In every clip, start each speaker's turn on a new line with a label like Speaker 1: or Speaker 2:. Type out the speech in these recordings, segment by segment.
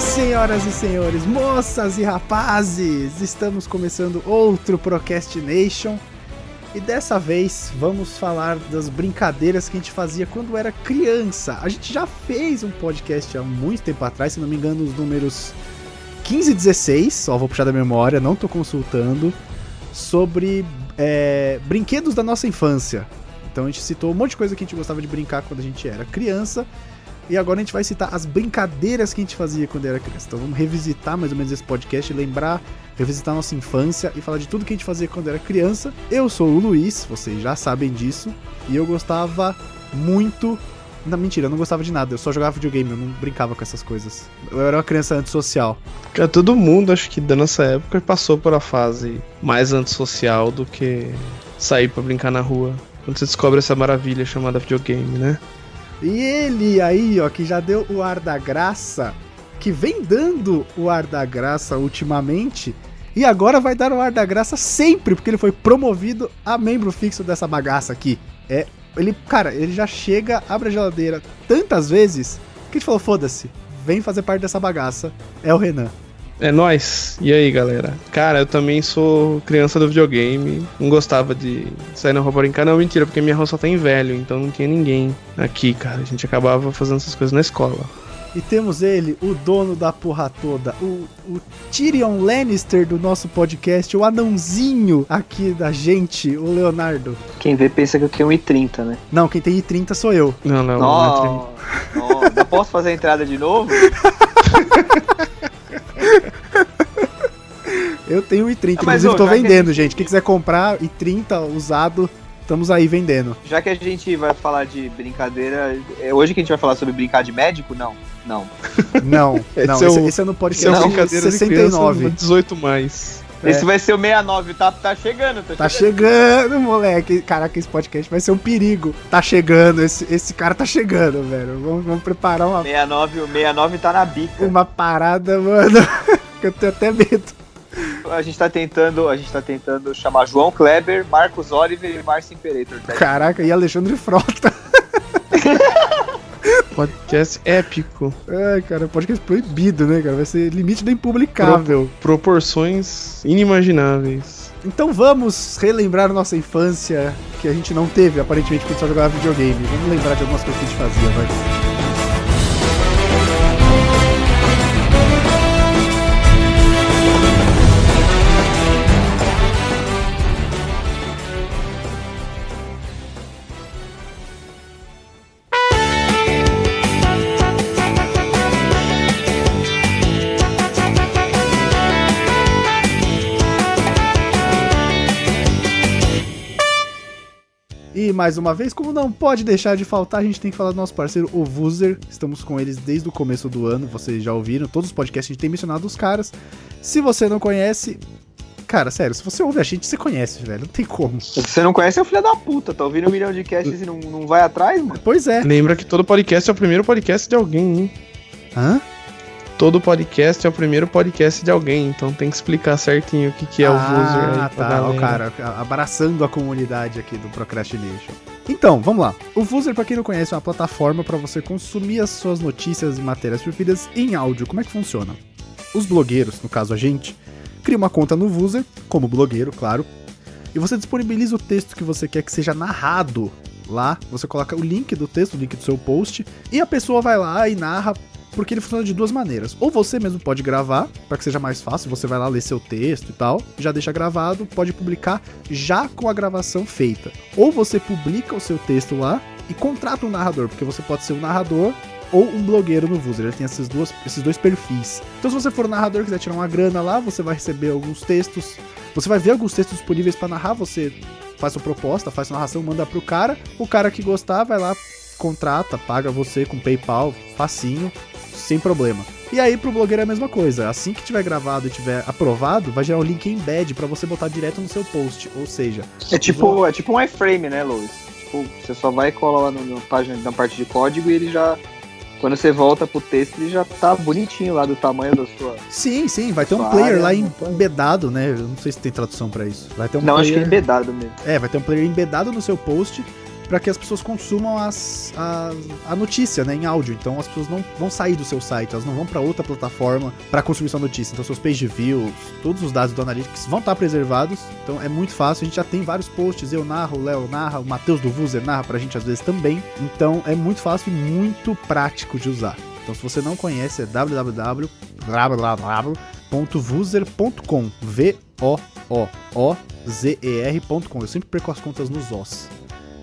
Speaker 1: senhoras e senhores, moças e rapazes, estamos começando outro Procrastination e dessa vez vamos falar das brincadeiras que a gente fazia quando era criança. A gente já fez um podcast há muito tempo atrás, se não me engano, os números 15 e 16, só vou puxar da memória, não tô consultando, sobre é, brinquedos da nossa infância. Então a gente citou um monte de coisa que a gente gostava de brincar quando a gente era criança. E agora a gente vai citar as brincadeiras que a gente fazia quando era criança. Então vamos revisitar mais ou menos esse podcast, lembrar, revisitar nossa infância e falar de tudo que a gente fazia quando era criança. Eu sou o Luiz, vocês já sabem disso, e eu gostava muito. Não, mentira, eu não gostava de nada, eu só jogava videogame, eu não brincava com essas coisas. Eu era uma criança antissocial.
Speaker 2: Cara, todo mundo, acho que da nossa época, passou por a fase mais antissocial do que sair pra brincar na rua. Quando você descobre essa maravilha chamada videogame, né?
Speaker 1: E ele aí, ó, que já deu o ar da graça, que vem dando o ar da graça ultimamente, e agora vai dar o ar da graça sempre, porque ele foi promovido a membro fixo dessa bagaça aqui. É, ele, cara, ele já chega, abre a geladeira tantas vezes que a gente falou: foda-se, vem fazer parte dessa bagaça. É o Renan.
Speaker 2: É nóis. E aí, galera? Cara, eu também sou criança do videogame. Não gostava de sair na rua pra brincar. Não, mentira, porque minha rua só tem velho, então não tinha ninguém aqui, cara. A gente acabava fazendo essas coisas na escola.
Speaker 1: E temos ele, o dono da porra toda, o, o Tyrion Lannister do nosso podcast, o anãozinho aqui da gente, o Leonardo.
Speaker 3: Quem vê pensa que eu tenho 1,30, né?
Speaker 1: Não, quem tem I30 sou eu.
Speaker 2: Não, não, é não.
Speaker 3: Não, não, não posso fazer a entrada de novo?
Speaker 1: Eu tenho I30,
Speaker 3: Ah, mas,
Speaker 1: inclusive
Speaker 3: ô,
Speaker 1: tô
Speaker 3: já que a
Speaker 1: vendendo,
Speaker 3: gente-
Speaker 1: gente. Quem quiser comprar I30 usado, estamos aí vendendo.
Speaker 3: Já que a gente vai falar de brincadeira, é hoje que a gente vai falar sobre brincar de médico? Não, não.
Speaker 1: Não, não,
Speaker 2: Esse
Speaker 1: esse,
Speaker 2: é
Speaker 1: esse é,
Speaker 2: o-
Speaker 1: no
Speaker 2: Isso é
Speaker 1: podcast
Speaker 3: Não,
Speaker 2: brincadeira de criança né?
Speaker 1: 69.
Speaker 2: 18 mais.
Speaker 1: É.
Speaker 3: Esse vai ser o 69, tá, tá chegando, tá,
Speaker 1: Tá
Speaker 3: chegando.
Speaker 1: chegando, moleque. Caraca, esse podcast vai ser um perigo. Tá chegando, esse, esse cara tá chegando, velho. Vamos, vamos preparar uma,
Speaker 3: 69, o 69 tá na bica.
Speaker 1: uma parada, mano. Que eu tenho até medo.
Speaker 3: A gente tá tentando, a gente tá tentando chamar João Kleber, Marcos Oliver e Márcio Imperator. tá?
Speaker 1: Caraca, e Alexandre Frota.
Speaker 2: Podcast é épico.
Speaker 1: Ai, cara, podcast proibido, né, cara? Vai ser limite do impublicável.
Speaker 2: Proporções inimagináveis.
Speaker 1: Então vamos relembrar nossa infância, que a gente não teve, aparentemente, porque a gente só jogava videogame. Vamos lembrar de algumas coisas que a gente fazia, vai. E mais uma vez, como não pode deixar de faltar, a gente tem que falar do nosso parceiro, o Vuzer. Estamos com eles desde o começo do ano, vocês já ouviram, todos os podcasts a gente tem mencionado os caras. Se você não conhece, cara, sério, se você ouve a gente, você conhece, velho, não tem como.
Speaker 3: Se você não conhece, é o filho da puta. Tá ouvindo um milhão de casts e não, não vai atrás, mano?
Speaker 1: Pois é.
Speaker 2: Lembra que todo podcast é o primeiro podcast de alguém, hein?
Speaker 1: Hã?
Speaker 2: Todo podcast é o primeiro podcast de alguém, então tem que explicar certinho o que, que é o Vuser aí
Speaker 1: Ah,
Speaker 2: pra
Speaker 1: tá, ó,
Speaker 2: galera.
Speaker 1: cara, abraçando a comunidade aqui do Procrastination. Então, vamos lá. O Fuser, pra quem não conhece, é uma plataforma para você consumir as suas notícias e matérias preferidas em áudio. Como é que funciona? Os blogueiros, no caso a gente, cria uma conta no Fuser, como blogueiro, claro, e você disponibiliza o texto que você quer que seja narrado lá. Você coloca o link do texto, o link do seu post, e a pessoa vai lá e narra porque ele funciona de duas maneiras. Ou você mesmo pode gravar, para que seja mais fácil, você vai lá ler seu texto e tal, já deixa gravado, pode publicar já com a gravação feita. Ou você publica o seu texto lá e contrata um narrador, porque você pode ser um narrador ou um blogueiro no Vuzer, ele tem essas duas, esses dois perfis. Então se você for um narrador e quiser tirar uma grana lá, você vai receber alguns textos, você vai ver alguns textos disponíveis para narrar, você faz sua proposta, faz sua narração, manda pro cara, o cara que gostar vai lá, contrata, paga você com PayPal, facinho, sem problema. E aí pro blogueiro é a mesma coisa. Assim que tiver gravado e tiver aprovado, vai gerar um link embed pra você botar direto no seu post. Ou seja,
Speaker 3: É tipo, é tipo um iframe, né, Lois? Tipo, você só vai e cola lá no- na, página, na parte de código e ele já. Quando você volta pro texto, ele já tá bonitinho lá do tamanho da sua.
Speaker 1: sim, sim, vai ter um
Speaker 3: Vai,
Speaker 1: player lá
Speaker 3: é,
Speaker 1: embedado, né? Eu não sei se tem tradução pra isso. Vai ter um
Speaker 3: Não, acho que
Speaker 1: player...
Speaker 3: é embedado mesmo.
Speaker 1: É, vai ter um player embedado no seu post para que as pessoas consumam as, as- a notícia né, em áudio. Então as pessoas não vão sair do seu site, elas não vão para outra plataforma para consumir sua notícia. Então seus page views, todos os dados do Analytics vão estar preservados. Então é muito fácil. A gente já tem vários posts, eu narro, o Léo narra, o Matheus do Vuser narra pra gente às vezes também. Então é muito fácil e muito prático de usar. Então se você não conhece é www.vuser.com v o o o z e r.com. Eu sempre perco as contas nos os.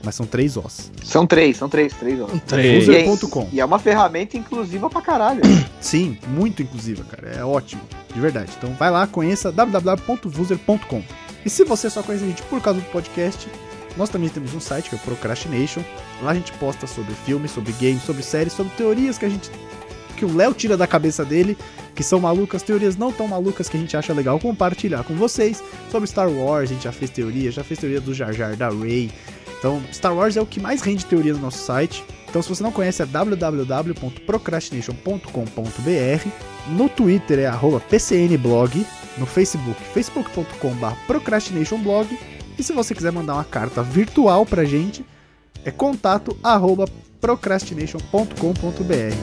Speaker 1: Mas são três os.
Speaker 3: São três, são três, três, ó.
Speaker 1: tá
Speaker 2: Três.
Speaker 3: E é-
Speaker 1: User.com.
Speaker 3: E é uma ferramenta inclusiva pra caralho.
Speaker 1: Sim, muito inclusiva, cara. É ótimo, de verdade. Então vai lá, conheça www.vuser.com. E se você só conhece a gente por causa do podcast, nós também temos um site que é o Procrastination. Lá a gente posta sobre filmes, sobre games, sobre séries, sobre teorias que a gente que o Léo tira da cabeça dele, que são malucas, teorias não tão malucas que a gente acha legal compartilhar com vocês. Sobre Star Wars, a gente já fez teoria, já fez teoria do Jar Jar, da Rey. Então, Star Wars é o que mais rende teoria no nosso site. Então, se você não conhece, é www.procrastination.com.br. No Twitter é arroba pcnblog. No Facebook, facebook.com.br procrastinationblog. E se você quiser mandar uma carta virtual pra gente, é contato arroba procrastination.com.br.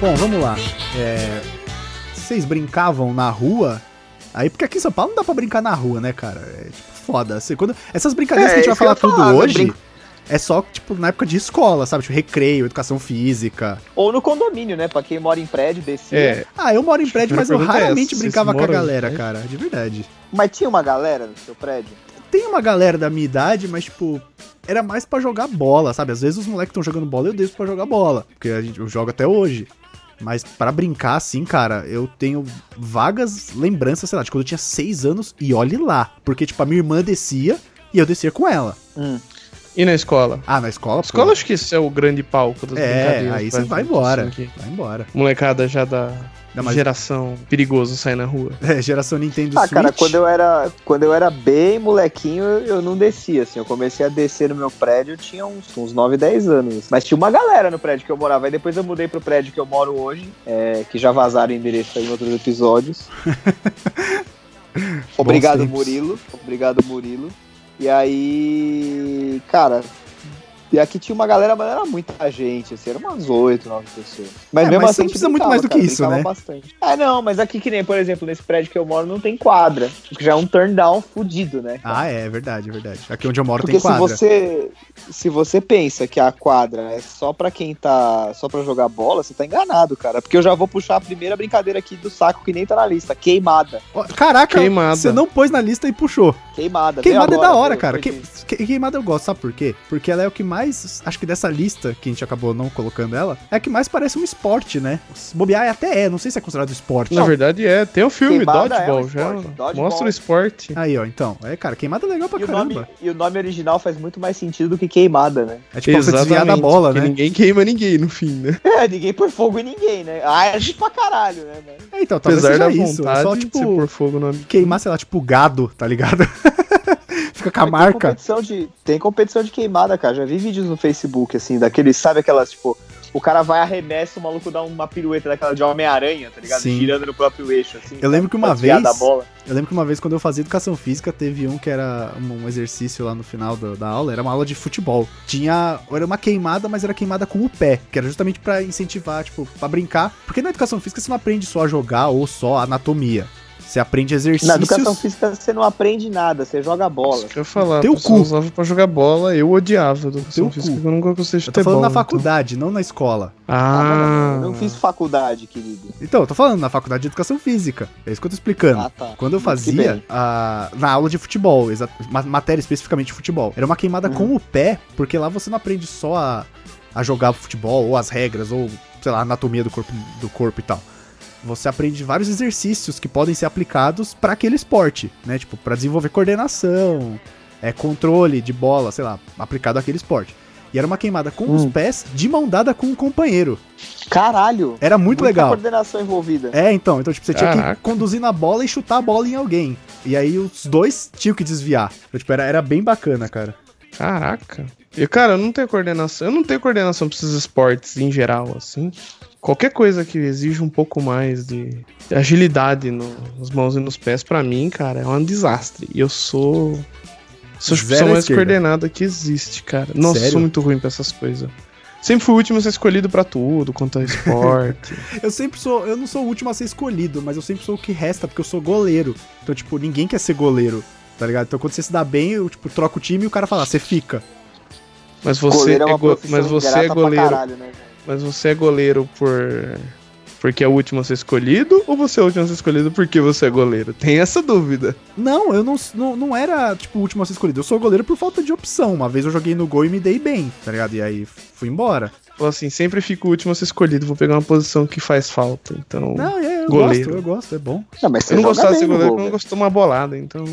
Speaker 1: Bom, vamos lá. É, Vocês brincavam na rua? Aí, porque aqui em São Paulo não dá pra brincar na rua, né, cara? É tipo, foda. Você- quando... Essas brincadeiras
Speaker 3: É,
Speaker 1: que a gente vai
Speaker 3: isso que eu
Speaker 1: falar
Speaker 3: ia
Speaker 1: tudo
Speaker 3: falar, né?
Speaker 1: hoje
Speaker 3: Brinco.
Speaker 1: é só, tipo, na época de escola, sabe? Tipo, recreio, educação física.
Speaker 3: Ou no condomínio, né? Pra quem mora em prédio, descia.
Speaker 2: É,
Speaker 1: Ah, eu moro em prédio,
Speaker 2: A
Speaker 1: mas eu
Speaker 2: pergunta é essa,
Speaker 1: raramente
Speaker 2: vocês
Speaker 1: brincava com a
Speaker 2: moram em
Speaker 1: galera,
Speaker 2: prédio?
Speaker 1: cara. De verdade.
Speaker 3: Mas tinha uma galera no seu prédio?
Speaker 1: Tem uma galera da minha idade, mas, tipo, era mais pra jogar bola, sabe? Às vezes os moleques estão jogando bola e eu deixo pra jogar bola. Porque a gente, eu jogo até hoje. Mas pra brincar, assim, cara, eu tenho vagas lembranças, sei lá, de quando eu tinha seis anos e olhe lá. Porque, tipo, a minha irmã descia e eu descia com ela.
Speaker 3: Hum.
Speaker 2: e na escola?
Speaker 1: Ah, na escola? pô,
Speaker 2: Escola, acho que isso é o grande palco das
Speaker 1: É,
Speaker 2: brincadeiras.
Speaker 1: aí
Speaker 2: pra
Speaker 1: você vai
Speaker 2: gente, assim,
Speaker 1: embora.
Speaker 2: que
Speaker 1: Vai embora.
Speaker 2: molecada já da
Speaker 1: Não, mas-
Speaker 2: geração perigoso sair na rua.
Speaker 1: É, geração Nintendo
Speaker 3: Ah,
Speaker 1: Switch.
Speaker 3: cara, quando eu era, quando eu era bem molequinho, eu eu não descia, assim. Eu comecei a descer no meu prédio, eu tinha uns, uns 9, 10 anos. Mas tinha uma galera no prédio que eu morava. Aí depois eu mudei pro prédio que eu moro hoje, é, que já vazaram o endereço aí em outros episódios. Obrigado,
Speaker 1: Bons tempos.
Speaker 3: Murilo. Obrigado, Murilo. E aí, cara... E aqui tinha uma galera, mas era muita gente, assim, era umas 8, 9 pessoas. Mas
Speaker 1: É,
Speaker 3: mesmo
Speaker 1: mas você
Speaker 3: assim,
Speaker 1: não precisa muito
Speaker 3: brincava,
Speaker 1: mais do que
Speaker 3: cara,
Speaker 1: isso,
Speaker 3: brincava
Speaker 1: né?
Speaker 3: Bastante. É, não, mas aqui que nem, por exemplo, nesse prédio que eu moro não tem quadra, o que já é um turn down fudido, né?
Speaker 1: Ah, é, é verdade, é verdade. Aqui onde eu moro
Speaker 3: Porque
Speaker 1: tem
Speaker 3: se
Speaker 1: quadra.
Speaker 3: você, se você pensa que a quadra é só pra quem tá, só pra jogar bola, você tá enganado, cara. Porque eu já vou puxar a primeira brincadeira aqui do saco que nem tá na lista, queimada.
Speaker 1: Ó, Caraca,
Speaker 2: Queimada.
Speaker 1: você não pôs na lista e puxou.
Speaker 3: Queimada. veio
Speaker 1: Queimada
Speaker 3: agora,
Speaker 1: é da hora,
Speaker 3: veio-
Speaker 1: cara.
Speaker 3: foi
Speaker 1: Que,
Speaker 3: disso.
Speaker 1: que- queimada eu gosto, sabe por quê? Porque ela é o que mais. Acho que dessa lista que a gente acabou não colocando ela, é a que mais parece um esporte, né? Se Bobear até é, não sei se é considerado esporte.
Speaker 2: Na verdade é, tem o filme
Speaker 3: Queimada é um
Speaker 2: Dodgeball, já
Speaker 3: esporte, Dodgeball.
Speaker 2: mostra o esporte.
Speaker 1: Aí, ó, então. É, cara, queimada é legal pra
Speaker 3: E o,
Speaker 1: caramba.
Speaker 3: nome, e o nome original faz muito mais sentido do que queimada, né?
Speaker 1: É tipo você desviar da bola,
Speaker 2: porque
Speaker 1: né?
Speaker 2: ninguém queima ninguém no fim, né?
Speaker 3: É, ninguém põe fogo em ninguém, né? Arde pra caralho, né, mano?
Speaker 1: É, então, talvez
Speaker 2: Apesar da
Speaker 1: seja isso.
Speaker 2: vontade
Speaker 1: É só,
Speaker 2: de
Speaker 1: tipo,
Speaker 2: pôr fogo no amigo.
Speaker 1: queimar, sei lá, tipo, gado, tá ligado? Fica com a
Speaker 3: Mas Tem
Speaker 1: marca.
Speaker 3: competição, de, tem competição de queimada, cara. Já vi vídeos no Facebook, assim, daqueles, sabe aquelas, tipo, o cara vai arremessa, o maluco dá uma pirueta daquela de Homem-Aranha, tá ligado?
Speaker 1: Sim.
Speaker 3: Girando no próprio eixo, assim.
Speaker 1: Eu lembro que uma
Speaker 3: pra desviar
Speaker 1: vez-
Speaker 3: Da bola.
Speaker 1: Eu lembro que uma vez, quando eu fazia educação física, teve um que era um um exercício lá no final da, da aula, era uma aula de futebol. Tinha. Era uma queimada, mas era queimada com o pé, que era justamente pra incentivar, tipo, pra brincar. Porque na educação física você não aprende só a jogar ou só a anatomia. Você aprende exercícios.
Speaker 3: Na educação física você não aprende nada, você joga bola.
Speaker 2: Isso que eu ia falar,
Speaker 1: Teu
Speaker 2: o pessoal
Speaker 1: cu.
Speaker 2: usava pra jogar bola, eu odiava educação
Speaker 1: Teu
Speaker 2: física,
Speaker 1: cu.
Speaker 2: eu nunca gostei de
Speaker 1: Eu tô
Speaker 2: ter
Speaker 1: falando
Speaker 2: bola,
Speaker 1: na
Speaker 2: então.
Speaker 1: faculdade, não na escola.
Speaker 2: Ah,
Speaker 3: Eu não fiz faculdade, querido.
Speaker 1: Então, eu tô falando na faculdade de educação física. É isso que eu tô explicando.
Speaker 3: Ah, tá.
Speaker 1: Quando eu
Speaker 3: Que
Speaker 1: fazia
Speaker 3: bem.
Speaker 1: a, na aula de futebol, exa- ma- matéria especificamente de futebol, era uma queimada
Speaker 3: Uhum.
Speaker 1: com o pé, porque lá você não aprende só a, a jogar futebol, ou as regras, ou, sei lá, a anatomia do corpo, do corpo e tal. Você aprende vários exercícios que podem ser aplicados pra aquele esporte, né? Tipo, pra desenvolver coordenação, é, controle de bola, sei lá, aplicado àquele esporte. E era uma queimada com os
Speaker 3: Hum.
Speaker 1: pés, de mão dada com um companheiro.
Speaker 3: Caralho!
Speaker 1: Era É muito
Speaker 3: Muita
Speaker 1: legal.
Speaker 3: coordenação envolvida.
Speaker 1: É, então, então, tipo, você tinha
Speaker 2: Caraca.
Speaker 1: que conduzir na bola e chutar a bola em alguém. E aí os dois tinham que desviar. Então, tipo, era, era bem bacana, cara.
Speaker 2: Caraca. E, cara, eu não tenho coordenação. Eu não tenho coordenação pra esses esportes em geral, assim. Qualquer coisa que exija um pouco mais de agilidade no- nas mãos e nos pés, pra mim, cara, é um desastre. E eu sou. Sou a
Speaker 1: Zero
Speaker 2: pessoa
Speaker 1: à
Speaker 2: mais
Speaker 1: esquerda.
Speaker 2: coordenada que existe, cara. Nossa, eu
Speaker 1: Sério?
Speaker 2: sou muito ruim pra essas coisas. Sempre fui o último a ser escolhido pra tudo, quanto a esporte.
Speaker 1: Eu sempre sou, eu não sou o último a ser escolhido, mas eu sempre sou o que resta, porque eu sou goleiro. Então, tipo, ninguém quer ser goleiro, tá ligado? Então, quando você se dá bem, eu, tipo, troco o time e o cara fala, "Ah, você fica.
Speaker 2: Mas você é,
Speaker 3: goleiro é uma
Speaker 2: go-
Speaker 3: profissão
Speaker 2: mas você é
Speaker 3: ingrata pra
Speaker 2: goleiro.
Speaker 3: caralho, né?
Speaker 2: Mas você é goleiro por. Porque é o último a ser escolhido? Ou você é o último a ser escolhido porque você é goleiro? Tem essa dúvida.
Speaker 1: Não, eu não, não, não era, tipo, o último a ser escolhido. Eu sou goleiro por falta de opção. Uma vez eu joguei no gol e me dei bem, tá ligado? E aí fui embora.
Speaker 2: Falou assim, sempre fico o último a ser escolhido, vou pegar uma posição que faz falta. Então.
Speaker 1: Não, é, eu
Speaker 2: Goleiro.
Speaker 1: gosto, eu gosto, é bom.
Speaker 3: Não, mas você
Speaker 2: eu não
Speaker 3: joga
Speaker 2: gostava de
Speaker 3: bem
Speaker 2: ser
Speaker 3: no
Speaker 2: goleiro porque
Speaker 3: gol,
Speaker 2: eu não
Speaker 3: velho.
Speaker 2: gosto de tomar bolada, então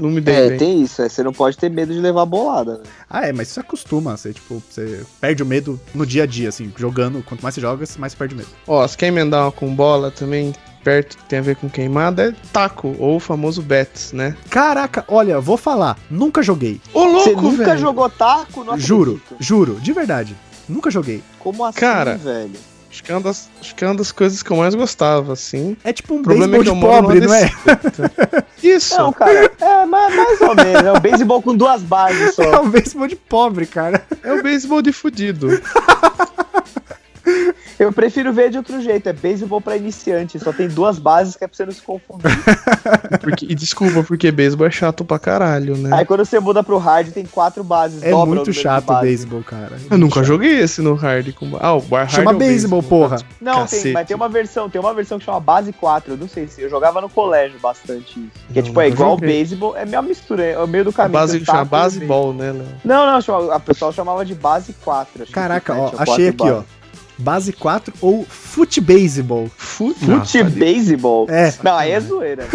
Speaker 2: não me dei
Speaker 3: É,
Speaker 2: bem.
Speaker 3: tem isso. é, Você não pode ter medo de levar bolada. né?
Speaker 1: Ah, é, mas isso acostuma, você, tipo, você perde o medo no dia a dia, assim, jogando. Quanto mais você joga, mais você perde o medo.
Speaker 2: Ó, se quer emendar uma com bola também, perto que tem a ver com queimada, é taco, ou o famoso bets, né?
Speaker 1: Caraca, olha, vou falar, nunca joguei.
Speaker 2: Ô, louco,
Speaker 3: Você nunca
Speaker 2: velho!
Speaker 3: jogou taco? Não
Speaker 1: Juro,
Speaker 3: acredito.
Speaker 1: juro, de verdade. Nunca joguei.
Speaker 3: Como assim,
Speaker 2: Cara.
Speaker 3: velho?
Speaker 2: Acho que, é uma das, acho que é uma das coisas que eu mais gostava, assim.
Speaker 1: É tipo um
Speaker 2: O problema
Speaker 1: beisebol
Speaker 2: é que eu
Speaker 1: de
Speaker 2: moro
Speaker 1: pobre,
Speaker 2: numa
Speaker 1: não é?
Speaker 2: Isso!
Speaker 3: Não, cara. É, mas mais ou menos. É um beisebol com duas bases só.
Speaker 1: É um beisebol de pobre, cara.
Speaker 2: É o beisebol de fudido.
Speaker 3: Eu prefiro ver de outro jeito. É beisebol pra iniciante. Só tem duas bases que é pra você não se confundir.
Speaker 2: Porque- e desculpa, porque beisebol é chato pra caralho, né?
Speaker 3: Aí quando você muda pro hard, tem quatro bases.
Speaker 1: É
Speaker 3: dobra o
Speaker 1: muito
Speaker 3: número de
Speaker 1: chato o
Speaker 3: bases.
Speaker 1: beisebol, cara.
Speaker 2: Eu nunca joguei esse no hard com. Ah, o bar hard.
Speaker 1: Chama
Speaker 2: é o
Speaker 1: beisebol, porra.
Speaker 3: Não, tem,
Speaker 2: Cacete.
Speaker 3: mas tem uma versão, tem uma versão que chama base 4, eu não sei se eu jogava no colégio bastante isso. Que é
Speaker 2: Não,
Speaker 3: tipo, é
Speaker 2: nunca
Speaker 3: igual ao
Speaker 2: joguei.
Speaker 3: beisebol, é meio mistura, é o meio do
Speaker 2: A
Speaker 3: caminho.
Speaker 2: base
Speaker 3: do
Speaker 2: chama
Speaker 3: taco e do
Speaker 2: base
Speaker 3: beisebol.
Speaker 2: ball, né, Léo?
Speaker 3: Não, não, chama- a pessoal chamava de base 4. acho que
Speaker 1: Caraca,
Speaker 3: tinha
Speaker 1: ó,
Speaker 3: quatro
Speaker 1: achei aqui, ó.
Speaker 3: bases.
Speaker 1: Base 4 ou foot beisebol.
Speaker 2: Fute.
Speaker 3: Fute beisebol?
Speaker 1: É,
Speaker 3: Não, aí é zoeira.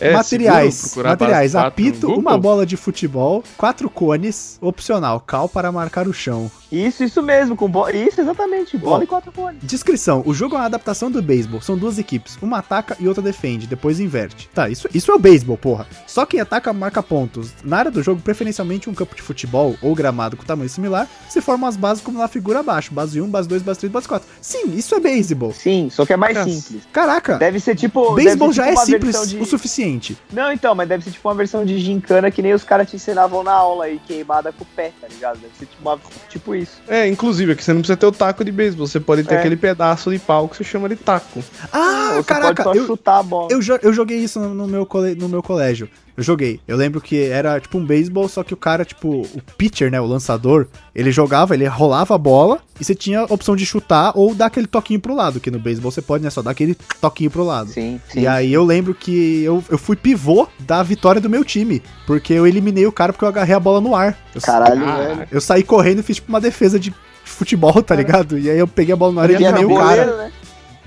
Speaker 2: É,
Speaker 1: materiais. Materiais, apito, uma bola de futebol, quatro cones, opcional, cal para marcar o chão.
Speaker 3: Isso, isso mesmo, com bola. Isso, exatamente, bola
Speaker 1: Ó.
Speaker 3: e quatro cones.
Speaker 1: Descrição: o jogo é uma adaptação do beisebol. São duas equipes, uma ataca e outra defende, depois inverte. Tá, isso, isso é o beisebol, porra. Só quem ataca marca pontos. Na área do jogo, preferencialmente um campo de futebol ou gramado com tamanho similar, se formam as bases como na figura abaixo: base 1, base 2, base 3, base 4. Sim, isso é beisebol.
Speaker 3: Sim, só que é mais
Speaker 2: Nossa.
Speaker 3: simples.
Speaker 1: Caraca,
Speaker 3: Deve ser tipo.
Speaker 1: tá. beisebol
Speaker 3: deve ser
Speaker 1: já
Speaker 3: tipo
Speaker 1: é
Speaker 3: uma
Speaker 1: simples
Speaker 3: versão de-
Speaker 1: o suficiente.
Speaker 3: Não, então, mas deve ser tipo uma versão de gincana que nem os caras te ensinavam na aula aí, queimada com o pé, tá ligado? Deve ser tipo, uma- tipo isso.
Speaker 2: É, inclusive, aqui você não precisa ter o taco de beisebol. Você pode ter
Speaker 3: É.
Speaker 2: aquele pedaço de pau que você chama de taco.
Speaker 1: Ah,
Speaker 3: Ou você
Speaker 1: caraca,
Speaker 3: pode só
Speaker 1: eu,
Speaker 3: chutar a bola.
Speaker 1: eu, jo- eu joguei isso no, no meu cole- no meu colégio. Eu joguei. Eu lembro que era tipo um beisebol, só que o cara, tipo, o pitcher, né, o lançador, ele jogava, ele rolava a bola e você tinha a opção de chutar ou dar aquele toquinho pro lado, que no beisebol você pode, né, só dar aquele toquinho pro lado.
Speaker 3: Sim,
Speaker 1: E aí eu lembro que eu, eu fui pivô da vitória do meu time, porque eu eliminei o cara porque eu agarrei a bola no ar. Eu,
Speaker 3: Caralho,
Speaker 2: Caraca.
Speaker 3: velho.
Speaker 1: eu saí correndo e fiz tipo uma defesa de futebol, tá ligado? E aí eu peguei a bola no ar e
Speaker 2: Ele
Speaker 3: E
Speaker 1: eliminei
Speaker 3: era
Speaker 1: o cara.
Speaker 3: goleiro, né?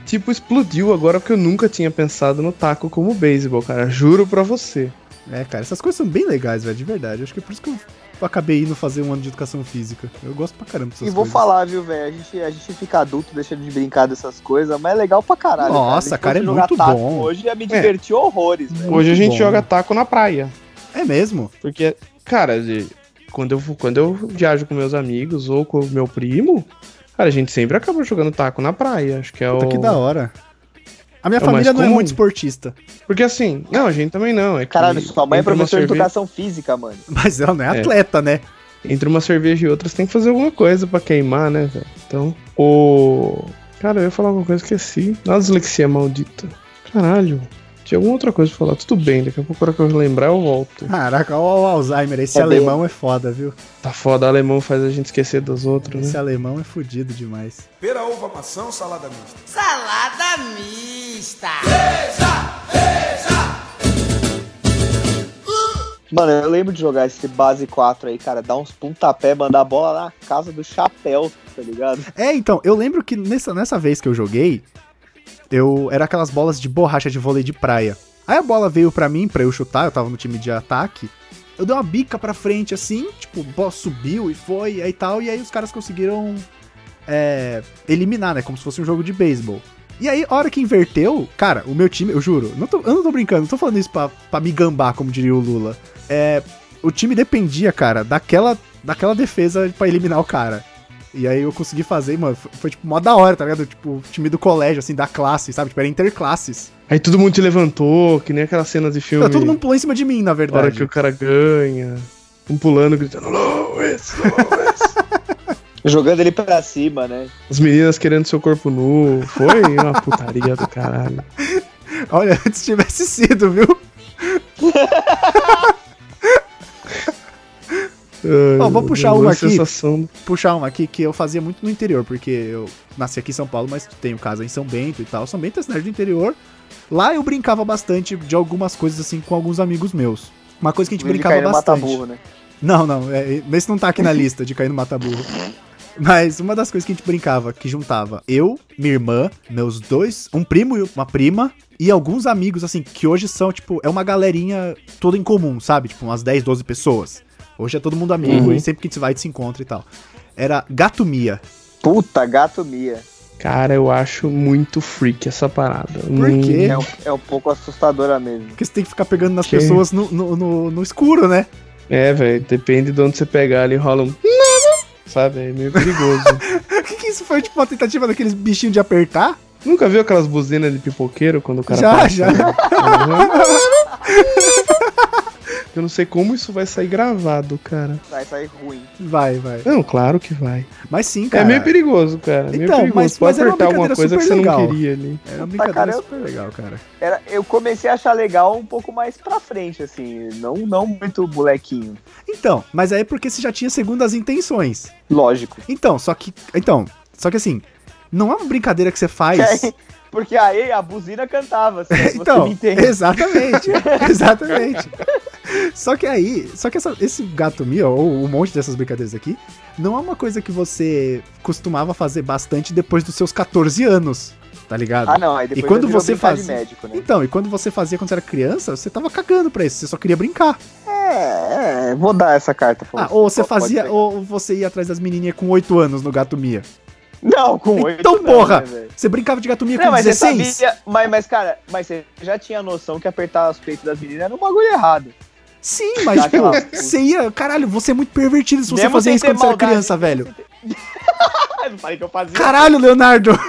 Speaker 2: Tipo, explodiu agora porque eu nunca tinha pensado no taco como beisebol, cara. Juro pra você.
Speaker 1: É, cara, essas coisas são bem legais, velho, de verdade. Acho que é por isso que eu acabei indo fazer um ano de educação física. Eu gosto pra caramba dessas
Speaker 3: E vou
Speaker 1: coisas.
Speaker 3: falar, viu, velho? A gente, a gente fica adulto deixando de brincar dessas coisas, mas é legal pra caralho.
Speaker 1: Nossa,
Speaker 3: A gente
Speaker 1: cara, é
Speaker 3: foi jogar
Speaker 1: muito
Speaker 3: taco
Speaker 1: bom. É.
Speaker 3: Hoje ia me divertir horrores, velho.
Speaker 2: Hoje a gente
Speaker 1: bom.
Speaker 2: joga taco na praia.
Speaker 1: É mesmo?
Speaker 2: Porque, cara, de- quando eu, vou- quando eu viajo com meus amigos ou com o meu primo, cara, a gente sempre acaba jogando taco na praia. Acho que é
Speaker 1: Puta
Speaker 2: o.
Speaker 1: que da hora. A minha
Speaker 2: É o
Speaker 1: família
Speaker 2: mais
Speaker 1: não é
Speaker 2: comum.
Speaker 1: muito esportista,
Speaker 2: Porque assim, não, a gente também não. É que
Speaker 3: Caralho, sua mãe é
Speaker 2: entre uma
Speaker 3: professora de
Speaker 2: cerve-
Speaker 3: educação física, mano.
Speaker 1: mas ela não é,
Speaker 2: É.
Speaker 1: atleta, né?
Speaker 2: Entre uma cerveja e outra, você tem que fazer alguma coisa pra queimar, né, velho? Então, o. Cara, eu ia falar alguma coisa, esqueci. Olha a dislexia maldita. Caralho. Tinha alguma outra coisa pra falar. Tudo bem, daqui a pouco, a hora que eu lembrar, eu volto.
Speaker 1: Caraca, ó o Alzheimer, esse
Speaker 3: É bem-
Speaker 1: alemão é foda, viu?
Speaker 2: Tá foda, alemão faz a gente esquecer dos outros, né?
Speaker 1: Esse alemão é fudido demais.
Speaker 4: Pera, uva, maçã ou salada mista?
Speaker 5: Salada mista.
Speaker 3: Mano, eu lembro de jogar esse base 4 aí, cara. Dar uns pontapé, mandar a bola na casa do chapéu, tá ligado?
Speaker 1: É, então, eu lembro que nessa, nessa vez que eu joguei, eu era aquelas bolas de borracha de vôlei de praia. Aí a bola veio pra mim pra eu chutar, eu tava no time de ataque. Eu dei uma bica pra frente assim, tipo, o boss subiu e foi, aí tal, e aí os caras conseguiram é, eliminar, né? Como se fosse um jogo de beisebol. E aí, a hora que inverteu, cara, o meu time, eu juro, não tô- eu não tô brincando, não tô falando isso pra, pra me gambar, como diria o Lula. É, o time dependia, cara, daquela, daquela defesa pra eliminar o cara. E aí eu consegui fazer, mano, foi, foi, tipo mó da hora, tá ligado? Tipo, o time do colégio, assim, da classe, sabe? Tipo, era interclasses.
Speaker 2: Aí todo mundo te levantou, que nem aquela cena de filme.
Speaker 1: Não, todo mundo pulou em cima de mim, na
Speaker 2: na hora
Speaker 1: verdade.
Speaker 2: que o cara ganha. Um pulando, gritando, Louis, Louis.
Speaker 3: Jogando ele pra cima, né?
Speaker 2: As meninas querendo seu corpo nu. Foi uma putaria do caralho.
Speaker 1: Olha, antes tivesse sido, viu?
Speaker 2: Ai,
Speaker 1: Ó, vou
Speaker 2: meu
Speaker 1: puxar
Speaker 2: Deus,
Speaker 1: uma
Speaker 2: a
Speaker 1: aqui.
Speaker 2: Sensação...
Speaker 1: puxar uma aqui que eu fazia muito no interior, porque eu nasci aqui em São Paulo, mas tenho casa em São Bento e tal. São Bento é cidade do interior. Lá eu brincava bastante de algumas coisas assim com alguns amigos meus. Uma coisa que a gente
Speaker 3: Vive
Speaker 1: brincava
Speaker 3: caindo no
Speaker 1: bastante.
Speaker 3: mata-burro, né?
Speaker 1: Não, não, é, esse não tá aqui na lista de cair no mata-burro. Mas uma das coisas que a gente brincava, que juntava eu, minha irmã, meus dois, um primo e uma prima, e alguns amigos, assim, que hoje são, tipo, é uma galerinha toda em comum, sabe? Tipo, umas 10, 12 pessoas. Hoje é todo mundo amigo
Speaker 2: Uhum.
Speaker 1: e sempre que a gente se vai, a gente se encontra e tal. Era gatomia.
Speaker 3: Puta, gato Mia.
Speaker 2: Cara, eu acho muito freak essa parada. Hum,
Speaker 1: Por quê?
Speaker 3: É um, é um pouco assustadora mesmo.
Speaker 1: Porque você tem que ficar pegando nas
Speaker 2: Que?
Speaker 1: pessoas no, no, no- no escuro, né?
Speaker 2: É, velho, depende de onde você pegar ali, rola um. Sabe? É meio perigoso.
Speaker 1: O que, que isso foi? Tipo, uma tentativa daqueles bichinhos de apertar?
Speaker 2: Nunca viu aquelas buzinas de pipoqueiro quando o cara
Speaker 1: já,
Speaker 2: passa?
Speaker 1: já.
Speaker 2: Uhum. Eu não sei como isso vai sair gravado, cara.
Speaker 3: Vai sair ruim.
Speaker 1: Vai, vai.
Speaker 2: Não, claro que vai.
Speaker 1: Mas sim, cara.
Speaker 2: é meio perigoso, cara. é meio
Speaker 1: Então,
Speaker 2: perigoso.
Speaker 1: mas-
Speaker 2: Pode
Speaker 1: mas era uma
Speaker 2: apertar alguma
Speaker 1: brincadeira
Speaker 2: coisa que
Speaker 1: super
Speaker 2: você
Speaker 1: legal.
Speaker 2: não queria ali.
Speaker 1: É uma brincadeira
Speaker 3: cara, eu-
Speaker 1: super legal, cara.
Speaker 3: Era, eu comecei a achar legal um pouco mais pra frente, assim. Não, não muito molequinho.
Speaker 1: Então, mas aí é porque você já tinha segundas intenções.
Speaker 3: Lógico.
Speaker 1: Então, só que. Então, só que assim, não é uma brincadeira que você
Speaker 3: Que
Speaker 1: faz.
Speaker 3: aí- porque aí a buzina cantava, assim, se você
Speaker 1: Então,
Speaker 3: me entende.
Speaker 1: exatamente. Exatamente. Só que aí, só que essa- esse gato mia, ou um monte dessas brincadeiras aqui, não é uma coisa que você costumava fazer bastante depois dos seus 14 anos, tá ligado?
Speaker 3: Ah, não. Aí depois
Speaker 1: E quando
Speaker 3: já virou
Speaker 1: você
Speaker 3: brincar de
Speaker 1: faz-
Speaker 3: médico, né?
Speaker 1: Então, e quando você fazia quando você era criança, você tava cagando pra isso, você só queria brincar.
Speaker 3: É, é, vou dar essa carta. pra
Speaker 1: Ah, ou você
Speaker 3: Pode- pode
Speaker 1: fazia,
Speaker 3: pegar.
Speaker 1: ou você ia atrás das menininhas com 8 anos no gato mia.
Speaker 3: Não, com
Speaker 1: Então,
Speaker 3: oito não,
Speaker 1: porra!
Speaker 3: né, velho?
Speaker 1: Você brincava de gato mia
Speaker 3: Não,
Speaker 1: com
Speaker 3: mas
Speaker 1: 16?
Speaker 3: você sabia, mas, mas, cara, mas você já tinha noção que apertar os peitos das meninas era um bagulho errado.
Speaker 1: Sim, mas
Speaker 3: Dá
Speaker 1: tipo,
Speaker 3: aquela-
Speaker 1: você ia. Caralho, você é muito pervertido se você
Speaker 3: Mesmo
Speaker 1: fazia
Speaker 3: sem
Speaker 1: isso
Speaker 3: ter
Speaker 1: quando você era
Speaker 3: maldade,
Speaker 1: criança, velho.
Speaker 3: Ah, eu não falei que eu fazia.
Speaker 1: Caralho, Leonardo!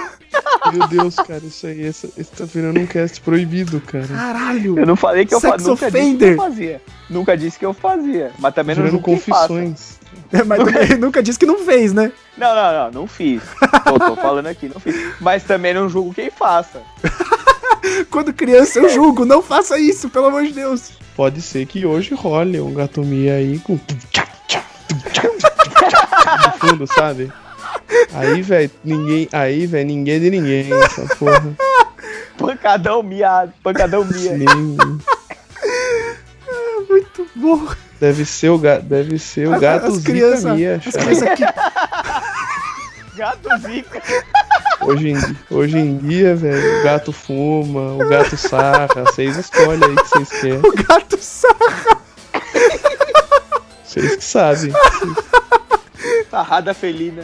Speaker 2: Meu Deus, cara, isso aí essa- isso tá virando um cast proibido, cara.
Speaker 1: Caralho!
Speaker 3: Eu não falei que eu, fa
Speaker 1: Sex
Speaker 3: nunca disse que
Speaker 1: offender.
Speaker 3: eu fazia. Nunca disse que eu fazia. Mas
Speaker 1: Ah,
Speaker 3: também não
Speaker 2: Virando
Speaker 3: julgo quem faça.
Speaker 2: confissões.
Speaker 1: É, mas também nunca disse que não fez, né?
Speaker 3: Não, não, não, não fiz. Tô, tô falando aqui, não fiz. Mas também não julgo quem faça.
Speaker 1: Quando criança, eu julgo, não faça isso, pelo amor de Deus.
Speaker 2: Pode ser que hoje role um gatomia aí com. No fundo, sabe? Aí, velho, ninguém. Aí, velho, ninguém é de ninguém, essa porra.
Speaker 3: Pancadão miado, pancadão mia.
Speaker 2: Nem-
Speaker 1: É Muito bom.
Speaker 2: Deve ser o, ga... Deve ser o
Speaker 1: As-
Speaker 2: gato
Speaker 1: as
Speaker 2: Zika
Speaker 1: criança-
Speaker 2: Mia,
Speaker 1: As
Speaker 2: cara.
Speaker 1: crianças que-
Speaker 3: Gato zica.
Speaker 2: Hoje em, hoje em dia, velho, o gato fuma, o gato sarra. Vocês escolhem aí o que vocês querem.
Speaker 1: o gato sabe.
Speaker 2: Vocês que sabem.
Speaker 3: Sarrada felina.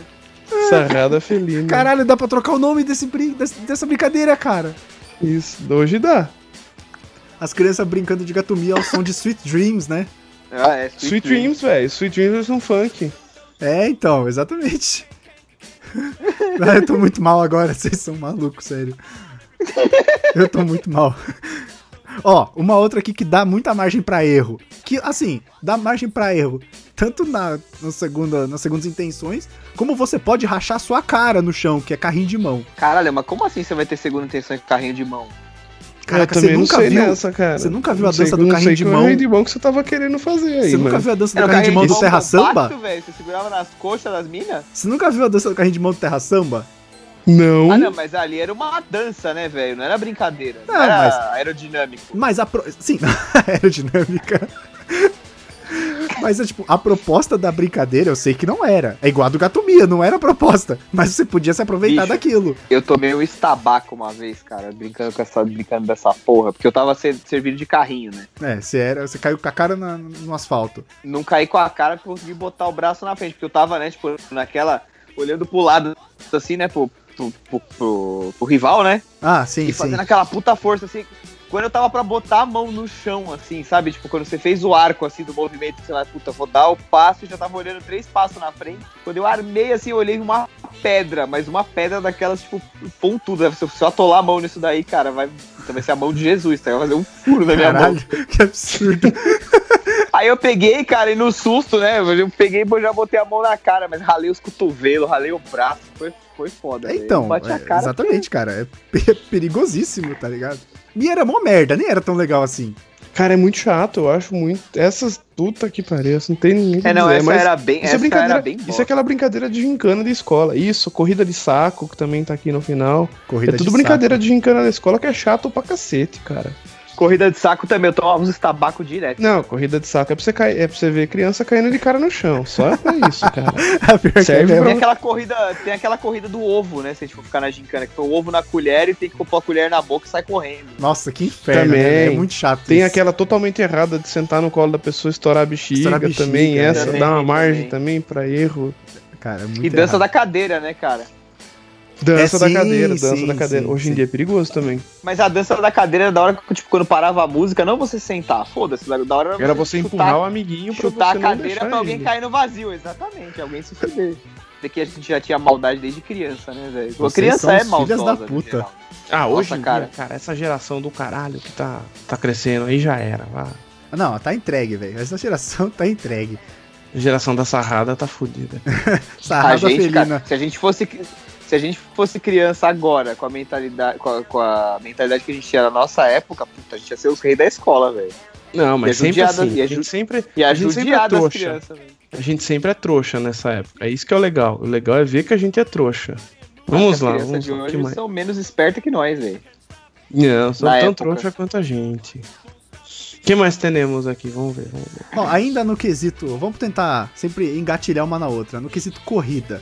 Speaker 2: Sarrada felina.
Speaker 1: Caralho, dá pra trocar o nome desse brin... desse- dessa brincadeira, cara.
Speaker 2: Isso, hoje dá.
Speaker 1: As crianças brincando de gatomia ao som de Sweet Dreams, né?
Speaker 3: Ah, é
Speaker 2: Sweet, Dreams, velho. Sweet Dreams é um funk.
Speaker 1: É, então, exatamente. Ah, eu tô muito mal agora, vocês são malucos, sério. Eu tô muito mal. Ó, uma outra aqui que dá muita margem pra erro. Que, assim, dá margem pra erro. Tanto na, na segunda, nas segundas intenções, como você pode rachar sua cara no chão, que é carrinho de mão.
Speaker 3: Caralho, mas como assim você vai ter segunda intenção com carrinho de mão?
Speaker 1: Caraca,
Speaker 2: eu
Speaker 1: você
Speaker 2: também não
Speaker 1: nunca
Speaker 2: sei
Speaker 1: viu.
Speaker 2: nessa, cara.
Speaker 1: você nunca viu
Speaker 2: Não
Speaker 1: a
Speaker 2: sei-
Speaker 1: dança do
Speaker 2: não
Speaker 1: carrinho
Speaker 2: sei
Speaker 1: de
Speaker 2: qual é
Speaker 1: mão?
Speaker 2: carrinho de mão que você tava querendo fazer aí,
Speaker 1: Você
Speaker 2: mano.
Speaker 1: nunca viu a dança do
Speaker 3: Era É o
Speaker 1: É carrinho de mão do
Speaker 3: mão
Speaker 1: Terra
Speaker 3: compacto,
Speaker 1: Samba?
Speaker 3: velho? Você segurava nas coxas das minas?
Speaker 1: Você nunca viu a dança do carrinho de mão do Terra Samba?
Speaker 2: Não.
Speaker 3: Ah, não, mas ali era uma dança, né, velho? Não era brincadeira. Não,
Speaker 1: Não,
Speaker 3: era
Speaker 1: mas-
Speaker 3: aerodinâmico.
Speaker 1: Mas a. Pro... Sim, aerodinâmica. É Mas é tipo, a proposta da brincadeira eu sei que não era. É igual a do Gatomia, não era a proposta. Mas você podia se aproveitar
Speaker 3: Bicho.
Speaker 1: daquilo.
Speaker 3: Eu tomei um estabaco uma vez, cara, brincando com essa, brincando dessa porra, porque eu tava se- servindo de carrinho, né?
Speaker 1: É, você, era, você caiu com a cara na- no asfalto.
Speaker 3: Não caí com a cara porque eu consegui botar o braço na frente, porque eu tava, né, tipo, naquela, olhando pro lado, assim, né, pro, pro, pro, pro- pro rival, né?
Speaker 1: Ah, sim,
Speaker 3: E
Speaker 1: sim.
Speaker 3: fazendo aquela puta força, assim. Quando eu tava pra botar a mão no chão, assim, sabe? Tipo, quando você fez o arco, assim, do movimento, sei lá, puta, vou dar o passo, e já tava olhando três passos na frente. Quando eu armei, assim, eu olhei uma pedra, mas uma pedra daquelas, tipo, pontuda. Se eu se eu atolar a mão nisso daí, cara, vai... Então vai ser a mão de Jesus, tá? Vai fazer um furo na minha mão.
Speaker 1: Caralho, que absurdo.
Speaker 3: Aí eu peguei, cara, e no susto, né? Eu peguei e já botei a mão na cara, mas ralei os cotovelos, ralei o braço. Foi, foi foda.
Speaker 1: É,
Speaker 3: velho.
Speaker 1: Então,
Speaker 3: Bate a
Speaker 1: é,
Speaker 3: cara,
Speaker 1: exatamente, cara. É pe- perigosíssimo, tá ligado? E era mó merda, nem era tão legal assim.
Speaker 2: Cara, é muito chato, eu acho muito. Essas puta que pareça, não tem ninguém.
Speaker 3: É, não,
Speaker 2: dizer,
Speaker 3: essa era bem.
Speaker 2: Isso é
Speaker 3: essa
Speaker 2: brincadeira.
Speaker 3: era bem
Speaker 2: Isso é
Speaker 3: bosta.
Speaker 2: aquela brincadeira de gincana da escola. Isso, corrida de saco, que também tá aqui no final.
Speaker 1: Corrida
Speaker 2: é tudo
Speaker 1: de
Speaker 2: brincadeira
Speaker 1: saco.
Speaker 2: de gincana da escola que é chato pra cacete, cara.
Speaker 3: Corrida de saco também, eu tomava uns tabacos direto.
Speaker 2: Não, corrida de saco é pra você, cair, é pra você ver criança caindo de cara no chão. Só é pra isso, cara.
Speaker 1: A pior que é
Speaker 2: Serve
Speaker 1: mesmo.
Speaker 3: Tem aquela corrida, tem aquela corrida do ovo, né? Se a gente for ficar na gincana, que põe o ovo na colher e tem que pôr a colher na boca e sai correndo.
Speaker 1: Nossa, que inferno.
Speaker 2: Também.
Speaker 1: né? É muito chato.
Speaker 2: Tem
Speaker 1: isso.
Speaker 2: aquela totalmente errada de sentar no colo da pessoa e estourar a bexiga,
Speaker 1: Estourar a bexiga,
Speaker 2: também.
Speaker 1: né?
Speaker 2: Essa
Speaker 3: Também,
Speaker 2: dá uma
Speaker 3: também.
Speaker 2: margem também pra erro.
Speaker 1: Cara, é muito
Speaker 3: e dança
Speaker 1: errado.
Speaker 3: da cadeira, né, cara?
Speaker 2: Dança
Speaker 1: É,
Speaker 2: da
Speaker 1: sim,
Speaker 2: cadeira, dança
Speaker 1: sim,
Speaker 2: da cadeira.
Speaker 1: sim,
Speaker 2: Hoje
Speaker 1: sim.
Speaker 2: em dia é perigoso também.
Speaker 3: Mas a dança da cadeira era da hora que, tipo, quando parava a música, não você sentar, foda-se, da hora
Speaker 2: Era você
Speaker 3: chutar-
Speaker 2: empurrar o amiguinho pra
Speaker 3: chutar
Speaker 2: você
Speaker 3: a
Speaker 2: não
Speaker 3: cadeira
Speaker 2: deixar
Speaker 3: pra alguém
Speaker 2: ele.
Speaker 3: cair no vazio, exatamente, alguém se fuder. Daqui a gente já tinha maldade desde criança, né, velho?
Speaker 1: Vocês
Speaker 3: Criança
Speaker 1: são
Speaker 3: é
Speaker 1: os filhas
Speaker 3: maldosa.
Speaker 1: da
Speaker 3: no
Speaker 1: puta.
Speaker 3: geral.
Speaker 2: Ah, hoje,
Speaker 3: Nossa,
Speaker 2: em dia,
Speaker 3: cara.
Speaker 2: cara. essa geração do caralho que tá, tá crescendo aí já era. vá.
Speaker 1: Não, tá entregue, velho. Essa geração tá entregue.
Speaker 2: Geração da sarrada tá fodida.
Speaker 1: Sarrada
Speaker 3: a gente,
Speaker 1: felina.
Speaker 3: cara, se a gente fosse se a gente fosse criança agora com a mentalidade com a, com a mentalidade que a gente tinha na nossa época, puta, a gente ia ser os reis da escola, velho.
Speaker 2: Não, mas
Speaker 3: E é
Speaker 2: sempre
Speaker 3: judiada,
Speaker 2: assim.
Speaker 3: e é
Speaker 2: A gente
Speaker 3: ju-
Speaker 2: sempre,
Speaker 3: E a
Speaker 2: A gente sempre é
Speaker 3: judiada das
Speaker 2: trouxa.
Speaker 3: crianças, velho.
Speaker 2: a gente sempre é trouxa nessa época. É isso que é o legal. O legal é ver que a gente é trouxa. Vamos
Speaker 3: As
Speaker 2: lá,
Speaker 3: crianças
Speaker 2: vamos
Speaker 3: de
Speaker 2: lá.
Speaker 3: hoje
Speaker 2: que mais?
Speaker 3: são menos espertas que nós, velho.
Speaker 2: Não, são
Speaker 3: na
Speaker 2: tão
Speaker 3: época.
Speaker 2: trouxa quanto a gente. O que mais temos aqui? Vamos ver. Vamos ver.
Speaker 1: Ó, ainda no quesito, vamos tentar sempre engatilhar uma na outra. No quesito corrida.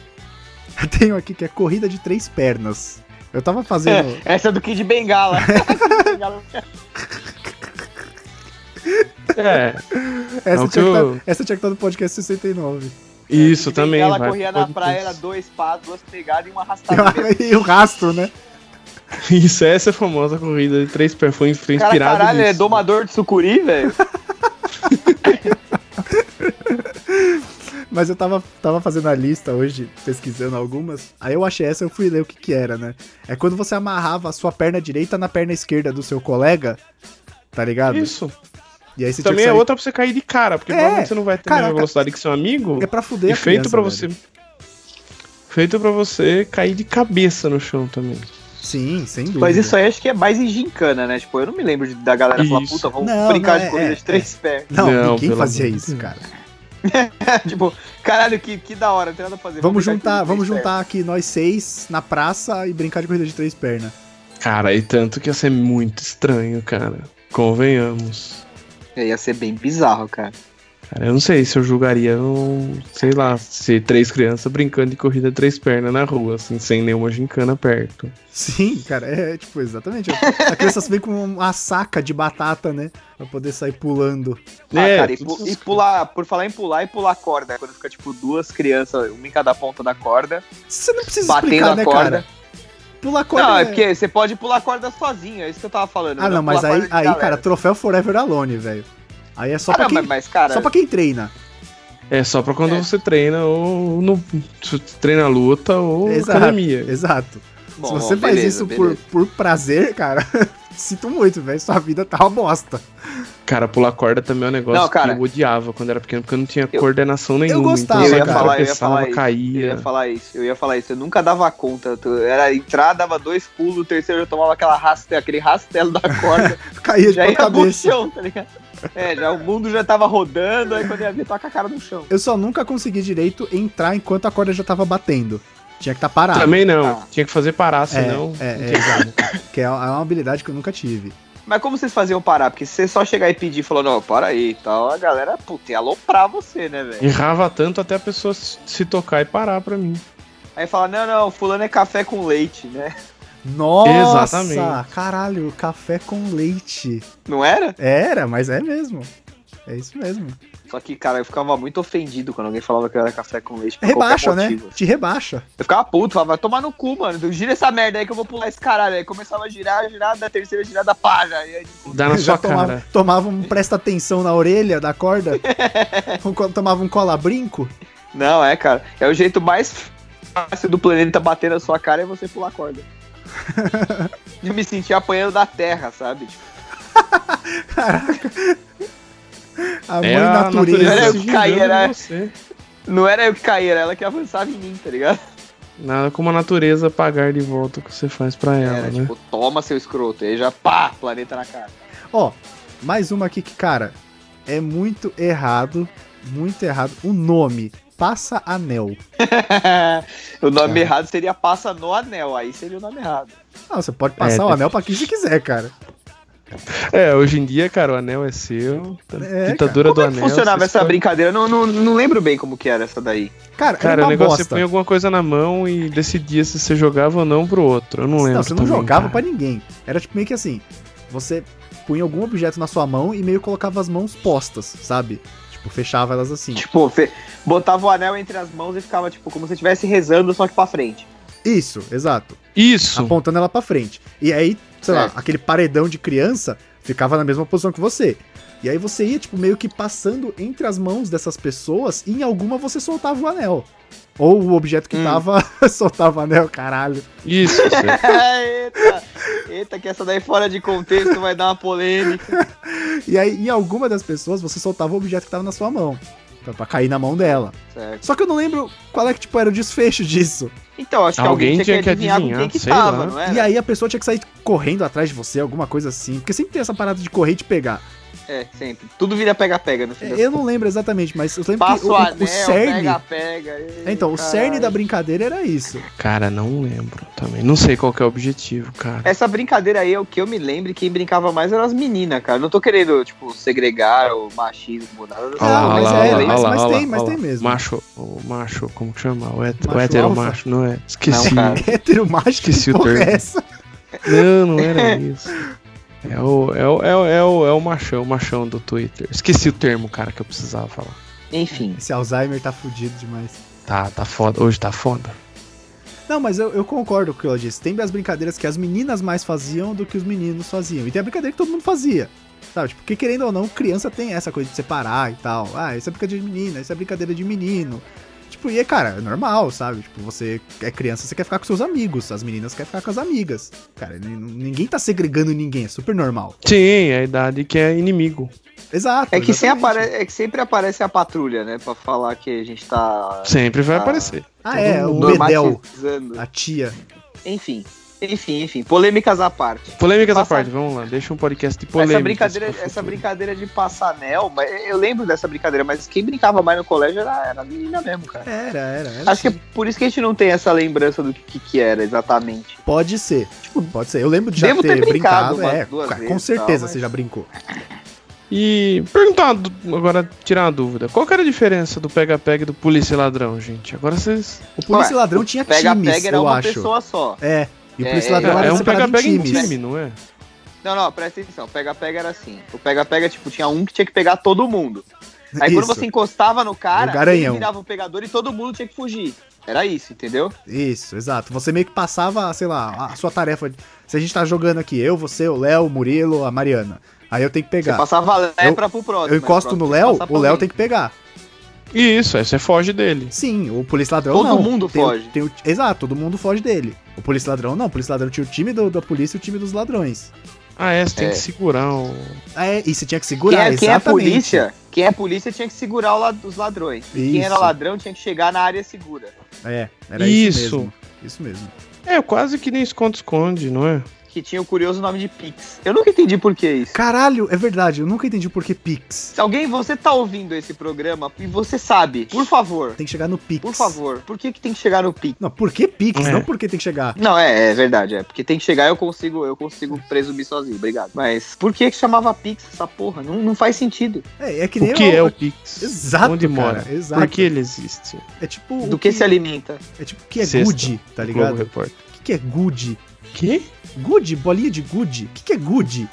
Speaker 1: Eu tenho aqui que é corrida de três pernas. Eu tava fazendo.
Speaker 3: Essa é do Kid Bengala.
Speaker 2: É,
Speaker 1: essa, tinha
Speaker 2: o que
Speaker 1: que
Speaker 2: eu-
Speaker 1: tá- essa tinha que estar no podcast 69.
Speaker 2: isso
Speaker 3: Kid
Speaker 2: também.
Speaker 3: Bengala
Speaker 2: vai,
Speaker 3: corria na
Speaker 2: pode
Speaker 3: praia, era
Speaker 2: ter.
Speaker 3: dois pás, duas pegadas e um uma
Speaker 2: Tá
Speaker 3: arrastadinha.
Speaker 1: e o rastro, né?
Speaker 2: Isso, essa é a famosa corrida de três perfumes foi
Speaker 3: Cara,
Speaker 2: inspirada
Speaker 3: caralho,
Speaker 2: nisso.
Speaker 3: é domador de sucuri, velho.
Speaker 1: Mas eu tava, tava fazendo a lista hoje, pesquisando algumas. Aí eu achei essa, eu fui ler o que que era, né? É quando você amarrava a sua perna direita na perna esquerda do seu colega, tá ligado?
Speaker 2: Isso.
Speaker 1: E aí você
Speaker 2: também
Speaker 1: tinha
Speaker 2: é
Speaker 1: que sair...
Speaker 2: outra pra você cair de cara, porque
Speaker 1: É,
Speaker 2: provavelmente você não vai ter a
Speaker 1: caraca.
Speaker 2: mesma velocidade que seu amigo.
Speaker 1: É pra fuder
Speaker 2: e
Speaker 1: a criança,
Speaker 2: feito pra
Speaker 1: velho.
Speaker 2: você. Feito pra você cair de cabeça no chão também.
Speaker 1: Sim, sem dúvida.
Speaker 3: Mas isso aí acho que é mais em gincana, né? Tipo, eu não me lembro de- da galera falar,
Speaker 2: Isso.
Speaker 3: puta, vamos
Speaker 1: Não,
Speaker 3: brincar
Speaker 1: não, é-
Speaker 3: de corrida
Speaker 1: é-
Speaker 3: de três pés.
Speaker 1: Não,
Speaker 2: Não,
Speaker 1: ninguém
Speaker 2: pelo
Speaker 1: fazia
Speaker 2: amor de
Speaker 1: isso,
Speaker 2: Deus.
Speaker 1: cara.
Speaker 3: tipo, caralho, que, que da hora, é não tem nada pra fazer.
Speaker 1: Vamos
Speaker 3: brincar
Speaker 1: juntar,
Speaker 3: aqui,
Speaker 1: vamos
Speaker 3: três
Speaker 1: juntar aqui nós seis na praça e brincar de corrida de três pernas.
Speaker 2: Cara, e tanto que ia ser muito estranho, cara. Convenhamos.
Speaker 3: pés. É, Ia ser bem bizarro, cara.
Speaker 2: Cara, eu não sei se eu julgaria, um, sei lá, se três crianças brincando de corrida de três pernas na rua, assim, sem nenhuma gincana perto.
Speaker 1: Sim, cara, é tipo, exatamente. A criança vem com uma saca de batata, né? Pra poder sair pulando.
Speaker 3: Ah,
Speaker 2: É,
Speaker 3: cara, e,
Speaker 2: tudo
Speaker 3: pu-
Speaker 2: isso.
Speaker 3: e pular, por falar em pular e pular corda, quando fica, tipo, duas crianças, uma em cada ponta da corda,
Speaker 1: Você não precisa
Speaker 3: batendo
Speaker 1: explicar, né,
Speaker 3: a corda.
Speaker 1: cara? Pular corda.
Speaker 3: Não, é
Speaker 1: é-
Speaker 3: porque você pode pular corda sozinho, é isso que eu tava falando.
Speaker 1: Ah, não, mas
Speaker 3: pular
Speaker 1: aí,
Speaker 3: corda é de
Speaker 1: aí
Speaker 3: galera.
Speaker 1: cara, troféu Forever Alone, velho. Aí é só,
Speaker 3: Ah,
Speaker 1: pra
Speaker 3: não,
Speaker 1: quem,
Speaker 3: mas, mas, cara,
Speaker 1: só pra quem treina.
Speaker 2: É só pra quando
Speaker 3: É.
Speaker 2: você treina ou no, se treina luta ou
Speaker 1: Exato.
Speaker 2: academia.
Speaker 1: Exato.
Speaker 3: bom,
Speaker 1: Se você
Speaker 3: bom,
Speaker 1: faz
Speaker 3: beleza,
Speaker 1: isso por,
Speaker 3: beleza.
Speaker 1: por prazer, cara, sinto muito, velho. Sua vida tá uma bosta.
Speaker 2: Cara, pular corda também é um negócio
Speaker 3: Não, cara.
Speaker 2: que eu odiava quando era pequeno, porque eu não tinha
Speaker 3: Eu-
Speaker 2: coordenação nenhuma.
Speaker 1: gostava,
Speaker 2: então,
Speaker 1: Eu ia
Speaker 2: cara,
Speaker 1: falar,
Speaker 3: eu ia falar
Speaker 2: tropeçava,
Speaker 3: isso. Eu
Speaker 2: caía.
Speaker 3: ia falar isso, eu ia falar isso. Eu nunca dava conta. tu- Era entrar, dava dois pulos, o terceiro eu tomava aquela raste, aquele rastelo da corda,
Speaker 1: Caía de
Speaker 3: já
Speaker 1: ponta
Speaker 3: ia pro
Speaker 1: cabeça.
Speaker 3: chão, tá ligado? É, já o mundo já tava rodando, aí quando ia ver, toca a cara no chão.
Speaker 1: Eu só nunca consegui direito entrar enquanto a corda já tava batendo. Tinha que estar tá parado.
Speaker 2: Também não,
Speaker 3: Ah.
Speaker 2: tinha que fazer parar,
Speaker 1: é,
Speaker 2: senão.
Speaker 1: é, é, exato. Que é uma habilidade que eu nunca tive.
Speaker 3: Mas como vocês faziam parar? Porque se você só chegar e pedir falando, ó, para aí e tal, a galera, puta, ia aloprar você, né, velho?
Speaker 2: Errava tanto até a pessoa se se tocar e parar pra mim.
Speaker 3: Aí fala, não, não, fulano é café com leite, né?
Speaker 1: Nossa!
Speaker 2: Exatamente.
Speaker 1: Caralho, café com leite.
Speaker 3: Não era?
Speaker 1: Era, mas é mesmo. É isso mesmo.
Speaker 3: Só que, cara, eu ficava muito ofendido quando alguém falava que eu era café com leite. por
Speaker 1: Rebaixa,
Speaker 3: qualquer
Speaker 1: né?
Speaker 3: motivo.
Speaker 1: Te rebaixa.
Speaker 3: Eu ficava puto, falava, vai tomar no cu, mano. Gira essa merda aí que eu vou pular esse caralho. Aí começava a girar, girar, da terceira girada, pá, já. E aí, tipo,
Speaker 2: Dá Tá na
Speaker 1: Já
Speaker 2: sua
Speaker 1: tomava,
Speaker 2: cara.
Speaker 1: tomava um presta atenção na orelha da corda. Um co- tomava um cola-brinco.
Speaker 3: Não, é, cara. É o jeito mais fácil do planeta bater na sua cara é você pular a corda. De me sentir apanhando da terra, sabe? Tipo,
Speaker 1: A mãe
Speaker 2: É a
Speaker 1: natureza.
Speaker 3: natureza.
Speaker 2: se
Speaker 3: Caí,
Speaker 2: vingando
Speaker 3: né?
Speaker 2: de você.
Speaker 3: não era eu que caía, era ela que avançava em mim, tá ligado?
Speaker 2: Nada como a natureza pagar de volta o que você faz pra ela,
Speaker 3: era
Speaker 2: né?
Speaker 3: tipo, toma seu escroto. Aí já, pá, planeta na cara.
Speaker 1: Ó, mais uma aqui que, cara, é muito errado. Muito errado. O nome. Passa anel.
Speaker 3: o
Speaker 2: É.
Speaker 3: nome
Speaker 1: Cara.
Speaker 3: errado seria passa no anel. Aí seria o nome errado.
Speaker 1: Não, Ah, você pode passar
Speaker 2: É,
Speaker 1: o
Speaker 2: tá-
Speaker 1: anel pra quem você quiser, cara.
Speaker 2: É, hoje em dia, cara, o anel é seu. tá-
Speaker 1: É,
Speaker 2: ditadura do
Speaker 3: como é que
Speaker 2: anel.
Speaker 3: funcionava
Speaker 2: você
Speaker 3: essa
Speaker 2: escolhe.
Speaker 3: brincadeira? Eu Não, não, não lembro bem como que era essa daí.
Speaker 1: Cara,
Speaker 2: Cara,
Speaker 1: era
Speaker 2: o
Speaker 1: uma
Speaker 2: negócio é você
Speaker 1: bosta.
Speaker 2: põe alguma coisa na mão e decidia se você jogava ou não pro outro. Eu não lembro.
Speaker 1: Não, você não
Speaker 2: um também,
Speaker 1: jogava pra
Speaker 2: cara.
Speaker 1: ninguém. Era tipo meio que assim, você punha algum objeto na sua mão e meio colocava as mãos postas, sabe? Tipo, fechava elas assim.
Speaker 3: Tipo, fe- botava o anel entre as mãos e ficava, tipo, como se estivesse rezando, só que pra frente.
Speaker 1: Isso, exato.
Speaker 2: Isso!
Speaker 1: Apontando ela pra frente. E aí, sei lá,
Speaker 3: Certo.
Speaker 1: aquele paredão de criança ficava na mesma posição que você. E aí você ia, tipo, meio que passando entre as mãos dessas pessoas e em alguma você soltava o anel. Ou o objeto que
Speaker 3: Hum.
Speaker 1: tava soltava o anel, caralho.
Speaker 2: Isso! Zé.
Speaker 3: eita, eita, que essa daí fora de contexto vai dar uma polêmica.
Speaker 1: E aí, em alguma das pessoas, você soltava o objeto que tava na sua mão. Pra, pra cair na mão dela.
Speaker 3: Certo.
Speaker 1: Só que eu não lembro qual é que tipo, era o desfecho disso.
Speaker 3: Então, acho que alguém, tinha que adivinhar, com quem que
Speaker 2: sei
Speaker 3: tava,
Speaker 2: lá.
Speaker 3: não é?
Speaker 1: E aí a pessoa tinha que sair correndo atrás de você, alguma coisa assim. Porque sempre tem essa parada de correr e te pegar.
Speaker 3: É, sempre. Tudo vira pega-pega no fim.
Speaker 1: É, Eu não lembro exatamente, mas eu lembro
Speaker 3: Passa
Speaker 1: que o,
Speaker 3: o,
Speaker 1: o- o
Speaker 3: anel,
Speaker 1: cerne.
Speaker 3: pega-pega. e-
Speaker 1: É, Então, o cerne
Speaker 3: caralho.
Speaker 1: da brincadeira era isso.
Speaker 2: Cara, não lembro também. Não sei qual que é o objetivo, cara.
Speaker 3: Essa brincadeira aí, é o que eu me lembro, quem brincava mais eram as meninas, cara. Não tô querendo, tipo, segregar o machismo, nada.
Speaker 1: Olha lá,
Speaker 3: Não,
Speaker 1: olha
Speaker 3: mas
Speaker 1: lá,
Speaker 3: é,
Speaker 1: olha
Speaker 3: lembra-
Speaker 1: Ah, mas- mas tem, mas tem mesmo.
Speaker 2: Macho, o macho, como que chama? O, het,
Speaker 1: Macho
Speaker 2: o hétero
Speaker 1: alfa?
Speaker 2: macho, não é? Esqueci.
Speaker 3: assim, Não,
Speaker 2: Não,
Speaker 3: cara.
Speaker 1: Hétero macho,
Speaker 2: Esqueci
Speaker 1: que
Speaker 2: o
Speaker 1: porra é
Speaker 2: termo.
Speaker 1: essa?
Speaker 2: não, era isso. É o, é, o, é, o, é, o, é o machão, o machão do Twitter. Esqueci o termo, cara, que eu precisava falar.
Speaker 3: Enfim.
Speaker 1: Esse Alzheimer tá fudido demais.
Speaker 2: Tá, tá foda. Hoje tá foda.
Speaker 1: Não, mas eu, eu concordo com o que ela disse. Tem as brincadeiras que as meninas mais faziam do que os meninos faziam. E tem a brincadeira que todo mundo fazia. Sabe? Tipo, porque querendo ou não, criança tem essa coisa de separar e tal. Ah, isso é brincadeira de menina, isso é brincadeira de menino. Tipo, e é, cara, é normal, sabe? Tipo, você é criança, você quer ficar com seus amigos. As meninas querem ficar com as amigas. Cara, n- ninguém tá segregando ninguém, é super normal.
Speaker 2: Sim, é a idade que é inimigo.
Speaker 1: Exato.
Speaker 3: É que, sem
Speaker 1: exatamente.
Speaker 3: apare... é que sempre aparece a patrulha, né? Pra falar que a gente tá
Speaker 2: Sempre vai
Speaker 3: Ah.
Speaker 2: aparecer.
Speaker 1: Ah, é, o
Speaker 2: Todo mundo-
Speaker 1: Bedel,
Speaker 3: normatizando.
Speaker 1: a tia.
Speaker 3: Enfim, enfim, enfim. Polêmicas à parte.
Speaker 2: Polêmica essa
Speaker 3: Passa-
Speaker 2: parte, vamos lá. Deixa um podcast de polêmica.
Speaker 3: essa brincadeira, essa brincadeira de passar anel, mas eu lembro dessa brincadeira, mas quem brincava mais no colégio era, era a menina mesmo, cara.
Speaker 1: Era, era, era.
Speaker 3: Acho que é
Speaker 1: sim.
Speaker 3: por isso que a gente não tem essa lembrança do que, que era exatamente.
Speaker 1: Pode ser.
Speaker 3: Tipo,
Speaker 1: Pode ser. Eu lembro de já
Speaker 3: Devo
Speaker 1: ter,
Speaker 3: ter
Speaker 1: brincado.
Speaker 3: brincado
Speaker 1: é,
Speaker 3: umas duas
Speaker 1: cara, com
Speaker 3: vezes e
Speaker 1: certeza
Speaker 3: tal, mas-
Speaker 1: você já brincou.
Speaker 2: E perguntar uma du- agora, tirar uma dúvida. Qual que era a diferença do pega-pega e do polícia e ladrão, gente? Agora vocês.
Speaker 1: O Polícia e
Speaker 3: Ué,
Speaker 1: Ladrão tinha É times,
Speaker 3: Pega-pega era
Speaker 1: eu
Speaker 3: uma
Speaker 1: acho.
Speaker 3: pessoa só.
Speaker 1: É, e o
Speaker 3: É,
Speaker 1: Polícia e
Speaker 3: é,
Speaker 1: Ladrão
Speaker 2: É,
Speaker 1: era
Speaker 2: um
Speaker 1: separado
Speaker 2: pega-pega
Speaker 1: em
Speaker 2: em
Speaker 1: times.
Speaker 2: time, não é?
Speaker 3: Não, não, presta atenção. Pega-pega era assim. O pega-pega, tipo, tinha um que tinha que pegar todo mundo. Aí quando
Speaker 1: Isso,
Speaker 3: você encostava no
Speaker 1: O
Speaker 3: cara,
Speaker 1: garanhão.
Speaker 3: ele virava o pegador e todo mundo tinha que fugir. Era isso, entendeu?
Speaker 1: isso, exato. Você meio que passava, sei lá, a sua tarefa. de- Se a gente tá jogando aqui, eu, você, o Léo, o Murilo, a Mariana. Aí eu tenho que
Speaker 3: Você
Speaker 1: pegar.
Speaker 3: passava lepra pro próximo.
Speaker 1: Tá. Eu encosto no Léo, o Léo tem que pegar.
Speaker 2: Isso, aí você foge dele.
Speaker 1: Sim, o Polícia e Ladrão
Speaker 3: Todo
Speaker 1: não.
Speaker 3: mundo
Speaker 1: Tem o-
Speaker 3: foge.
Speaker 1: tem o- exato, todo mundo foge dele. O Polícia e Ladrão não. O Polícia e Ladrão tinha o time do- da polícia e o time dos ladrões.
Speaker 2: Ah, é, você tem
Speaker 3: É.
Speaker 2: que segurar o.
Speaker 1: É, e você tinha que
Speaker 3: Quem
Speaker 1: segurar,
Speaker 3: é, quem é
Speaker 1: exatamente.
Speaker 3: polícia, quem é polícia tinha que segurar o lado dos ladrões. E quem era
Speaker 1: Isso.
Speaker 3: ladrão tinha que chegar na área segura.
Speaker 1: É, era isso,
Speaker 2: Isso.
Speaker 1: mesmo. Isso mesmo.
Speaker 2: É, quase que nem esconde-esconde, não é?
Speaker 3: que tinha o curioso nome de Pix. Eu nunca entendi por que isso.
Speaker 1: Caralho, é verdade, eu nunca entendi por que Pix.
Speaker 3: Se alguém, você tá ouvindo esse programa e você sabe, por favor,
Speaker 1: Tem que chegar no Pix.
Speaker 3: por favor, por que que tem que chegar no Pix?
Speaker 1: Não, por que Pix?
Speaker 2: É.
Speaker 1: Não por que tem que chegar.
Speaker 3: Não, é, é verdade, é. Porque tem que chegar, eu consigo, eu consigo presumir sozinho, obrigado. Mas por que que chamava Pix essa porra? Não, não faz sentido.
Speaker 1: É, é que nem
Speaker 2: O que
Speaker 1: eu-
Speaker 2: é o Pix?
Speaker 1: Exato,
Speaker 2: Onde
Speaker 1: cara,
Speaker 2: mora?
Speaker 1: exato.
Speaker 2: Por que ele existe?
Speaker 1: É tipo.
Speaker 3: Do que se alimenta?
Speaker 1: É tipo o que é
Speaker 2: Sexta.
Speaker 1: good, tá ligado?
Speaker 2: Globo Repórter.
Speaker 1: O que que é good?
Speaker 2: Que?
Speaker 1: Good? Bolinha de good? O que que é good?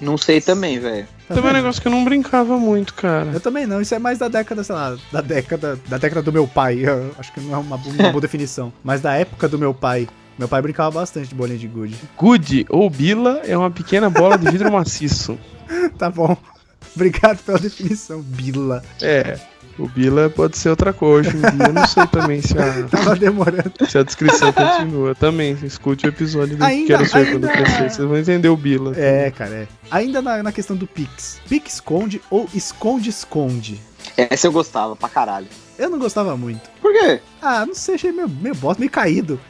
Speaker 3: Não sei também, velho.
Speaker 1: Tá
Speaker 2: Também é um
Speaker 1: vendo?
Speaker 2: negócio que eu não brincava muito, cara.
Speaker 1: Eu também não, isso é mais da década, sei lá, da década, da década do meu pai. Eu acho que não é uma, bo- uma boa definição, mas da época do meu pai. Meu pai brincava bastante de bolinha de gude.
Speaker 2: Good ou Bila é uma pequena bola de vidro maciço.
Speaker 1: Tá bom. Obrigado pela definição, Bila.
Speaker 2: É. O Bila pode ser outra coisa hoje em dia. Eu não sei também se a,
Speaker 1: Tava demorando.
Speaker 2: se a descrição continua. Também, escute o episódio do
Speaker 1: Ainda-
Speaker 2: Quero Ser Quando
Speaker 1: ainda-
Speaker 2: Crescer. Vocês vão entender o Bila.
Speaker 1: É, cara, é. Ainda na, na questão do Pix. Pix esconde ou esconde-esconde?
Speaker 3: Essa eu gostava pra caralho.
Speaker 1: Eu não gostava muito.
Speaker 3: Por quê?
Speaker 1: Ah, não sei, achei meio, meio bosta, meio caído.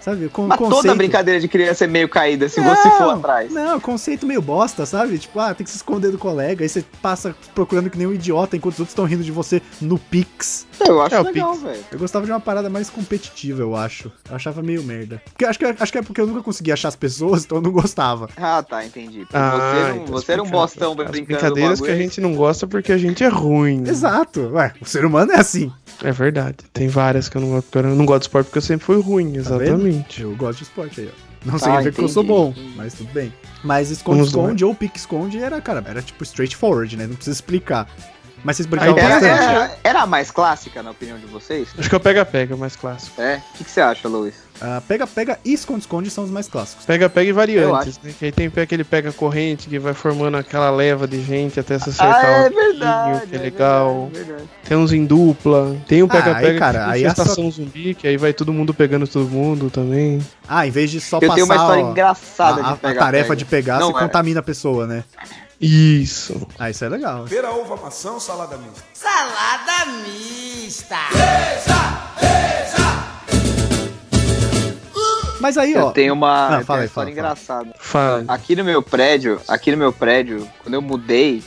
Speaker 1: Sabe? Com,
Speaker 3: Mas toda
Speaker 1: conceito-
Speaker 3: brincadeira de criança é meio caída se
Speaker 1: Não,
Speaker 3: você for atrás.
Speaker 1: Não, conceito meio bosta, sabe? Tipo, ah, tem que se esconder do colega. Aí você passa procurando que nem um idiota enquanto os outros estão rindo de você no Pix.
Speaker 3: Eu acho
Speaker 2: É, o
Speaker 3: legal,
Speaker 2: Pix.
Speaker 3: velho.
Speaker 1: Eu gostava de uma parada mais competitiva, eu acho. Eu achava meio merda. Porque eu acho que, acho que é porque eu nunca conseguia achar as pessoas, então eu não gostava.
Speaker 3: Ah, tá, entendi. Porque
Speaker 2: Ah,
Speaker 3: você, não-
Speaker 2: então
Speaker 3: você era um
Speaker 2: explicado.
Speaker 3: bostão
Speaker 2: As
Speaker 3: brincando.
Speaker 2: brincadeiras
Speaker 3: com
Speaker 2: que a gente não gosta porque a gente é ruim.
Speaker 1: Exato. Ué, o ser humano é assim.
Speaker 2: É verdade. Tem várias que eu não gosto. porque Eu não gosto de esporte porque eu sempre fui ruim,
Speaker 1: vendo?
Speaker 2: exatamente.
Speaker 1: Eu gosto de esporte aí, ó. Não
Speaker 3: Tá,
Speaker 1: significa que eu sou
Speaker 3: entendi,
Speaker 1: bom,
Speaker 3: entendi.
Speaker 1: mas tudo bem. Mas esconde-esconde ou pique-esconde era, cara, era tipo straightforward, né? Não precisa explicar. Mas vocês brincavam
Speaker 2: Aí
Speaker 3: Era,
Speaker 1: bastante.
Speaker 3: era, era a mais clássica, na opinião de vocês?
Speaker 2: Acho que é o pega-pega, mais clássico.
Speaker 3: É? O que, que você acha, Luiz?
Speaker 1: Ah, Pega, pega e esconde-esconde são os mais clássicos.
Speaker 2: Pega-pega e
Speaker 3: Eu
Speaker 2: variantes,
Speaker 3: acho.
Speaker 2: né? Que aí tem aquele pega-corrente que vai formando aquela leva de gente até se
Speaker 3: Ah,
Speaker 1: um
Speaker 2: acertar. o
Speaker 3: é
Speaker 2: amiguinho,
Speaker 3: verdade.
Speaker 2: Que
Speaker 3: é
Speaker 2: é legal.
Speaker 3: verdade, é verdade.
Speaker 2: Tem uns em dupla. Tem o
Speaker 1: Ah, aí,
Speaker 2: pega-pega que
Speaker 1: cara,
Speaker 2: tem
Speaker 1: aí é só-
Speaker 2: estação zumbi, que aí vai todo mundo pegando todo mundo também.
Speaker 1: Ah, em vez de só
Speaker 3: Eu
Speaker 1: passar
Speaker 3: tenho uma história
Speaker 1: ó,
Speaker 3: engraçada
Speaker 1: a, a-
Speaker 3: de pegar.
Speaker 1: a tarefa de pegar,
Speaker 3: Não
Speaker 1: você
Speaker 3: é.
Speaker 1: contamina a pessoa, né?
Speaker 2: Isso.
Speaker 1: Ah, isso é legal.
Speaker 4: Pera, uva, maçã, salada mista.
Speaker 5: Salada mista.
Speaker 1: Mas aí, ó.
Speaker 3: Eu tenho uma,
Speaker 1: Ah, fala
Speaker 3: eu tenho uma
Speaker 1: aí,
Speaker 3: história
Speaker 1: fala,
Speaker 3: engraçada.
Speaker 2: Fala.
Speaker 3: Aqui no meu prédio, aqui no meu prédio, quando eu mudei,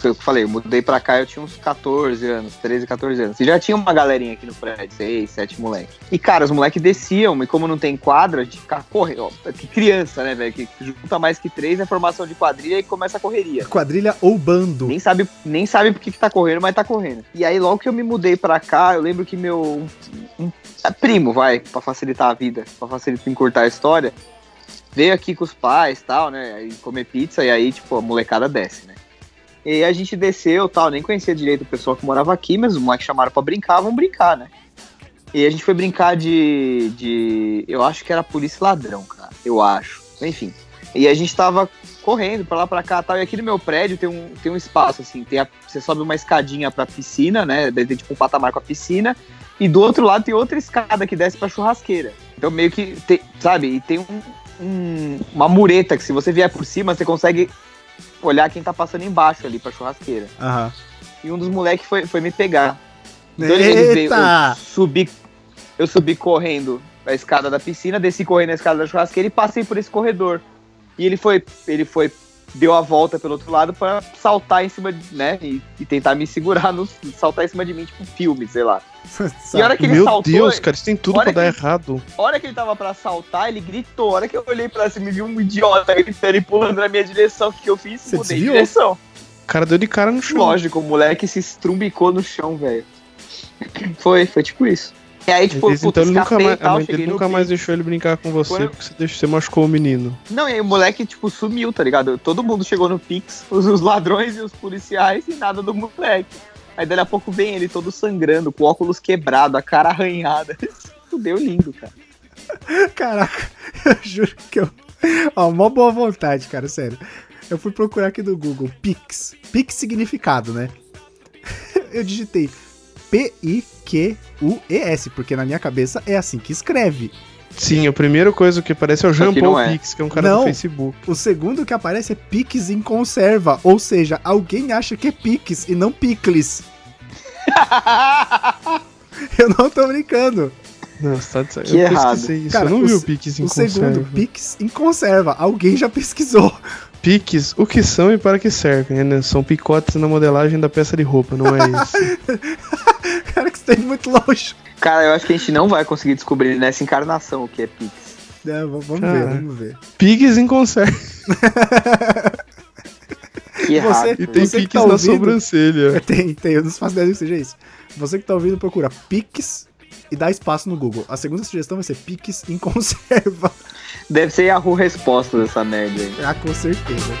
Speaker 3: que eu falei, eu mudei pra cá, eu tinha uns 14 anos, 13, 14 anos. E já tinha uma galerinha aqui no prédio, seis, sete moleques. E, cara, os moleques desciam, e como não tem quadra, a gente ficava correndo. ó, Que criança, né, velho? Que junta mais que três é formação de quadrilha e começa a correria.
Speaker 1: Quadrilha ou bando.
Speaker 3: Nem sabe, nem sabe por que, que tá correndo, mas tá correndo. E aí, logo que eu me mudei pra cá, eu lembro que meu. um- um- ah, primo, vai, pra facilitar a vida, pra facilitar encurtar a história, veio aqui com os pais tal, né? Aí comer pizza, e aí, tipo, a molecada desce, né? E aí a gente desceu tal, nem conhecia direito o pessoal que morava aqui, mas os moleques chamaram pra brincar, vamos brincar, né? E aí a gente foi brincar de. de eu acho que era polícia e ladrão, cara. Eu acho. Enfim. E a gente tava correndo pra lá pra cá tal. E aqui no meu prédio tem um, tem um espaço, assim, tem a- você sobe uma escadinha pra piscina, né? Daí Tem tipo um patamar com a piscina. E do outro lado tem outra escada que desce pra churrasqueira. Então meio que, tem- sabe? E tem um- um- uma mureta que se você vier por cima, você consegue olhar quem tá passando embaixo ali pra churrasqueira.
Speaker 1: Aham.
Speaker 3: E um dos moleques foi, foi me pegar. Então ele- ele veio, eu
Speaker 1: Eita!
Speaker 3: subi, eu subi correndo a escada da piscina, desci correndo a escada da churrasqueira e passei por esse corredor. E ele foi, ele foi, deu a volta pelo outro lado pra saltar em cima, de, né, e, e tentar me segurar, no, saltar em cima de mim, tipo filme, sei lá. E a hora é que ele
Speaker 2: Meu
Speaker 3: saltou,
Speaker 2: Deus, cara, isso tem tudo
Speaker 3: olha
Speaker 2: pra dar
Speaker 3: que-
Speaker 2: errado.
Speaker 3: a hora que ele tava pra saltar, ele gritou. A hora que eu olhei pra cima e vi um idiota gritando e pulando na minha direção, o que que eu fiz?
Speaker 1: Você
Speaker 3: Mudei de
Speaker 1: desviou?
Speaker 3: direção.
Speaker 2: O cara deu de cara no chão.
Speaker 3: Lógico, o moleque se estrumbicou no chão, velho. Foi, foi tipo isso. E aí, tipo,
Speaker 2: Ele- então ele nunca
Speaker 3: escapei
Speaker 2: mais,
Speaker 3: e tal,
Speaker 2: a mãe
Speaker 3: cheguei
Speaker 2: dele
Speaker 3: no
Speaker 2: nunca
Speaker 3: pico.
Speaker 2: mais deixou ele brincar com você
Speaker 3: Quando eu-
Speaker 2: porque você, deixou, você machucou o menino.
Speaker 3: Não, e aí o moleque, tipo, sumiu, tá ligado? Todo mundo chegou no Pix, os, os ladrões e os policiais, e nada do moleque. Aí dali a pouco vem ele todo sangrando, com o óculos quebrado, a cara arranhada. Fudeu lindo, cara.
Speaker 1: Caraca, eu juro que eu. Ó, mó boa vontade, cara, sério. Eu fui procurar aqui no Google Pix. Pix significado, né? Eu digitei P-I-Q-U-E-S, porque na minha cabeça é assim que escreve.
Speaker 2: Sim, a primeira coisa que aparece é o
Speaker 3: Só
Speaker 2: Jean
Speaker 3: que
Speaker 2: Paul
Speaker 3: não é.
Speaker 2: Pix, que é um cara
Speaker 1: Não.
Speaker 2: do Facebook.
Speaker 1: O segundo que aparece é Pix em conserva, ou seja, alguém acha que é Pix e não Picles. Eu não tô brincando.
Speaker 2: Nossa, tá de sacanagem.
Speaker 3: Que
Speaker 2: Eu
Speaker 3: errado.
Speaker 2: pesquisei isso.
Speaker 1: Cara,
Speaker 2: eu não
Speaker 1: o
Speaker 2: vi o
Speaker 1: se-
Speaker 2: Pix em
Speaker 1: O segundo,
Speaker 2: conserva.
Speaker 1: Pix em conserva. Alguém já pesquisou.
Speaker 2: Piques, o que são e para que servem? né? São picotes na modelagem da peça de roupa, não é isso?
Speaker 1: Cara, que você tá indo muito longe.
Speaker 3: Cara, eu acho que a gente não vai conseguir descobrir nessa encarnação o que é Pix.
Speaker 1: É, v- vamos ver,
Speaker 2: Cara.
Speaker 1: vamos ver.
Speaker 2: Piques em conserva.
Speaker 3: Que errado.
Speaker 1: Você-
Speaker 2: E tem
Speaker 1: Você que
Speaker 2: piques
Speaker 1: tá
Speaker 2: na
Speaker 1: ouvindo?
Speaker 2: sobrancelha.
Speaker 1: Tem, tem, eu não faço ideia do que seja isso. Você que tá ouvindo, procura Pix e dá espaço no Google. A segunda sugestão vai ser Pix em conserva.
Speaker 3: Deve ser a Yahoo resposta dessa merda aí.
Speaker 1: Ah, com certeza.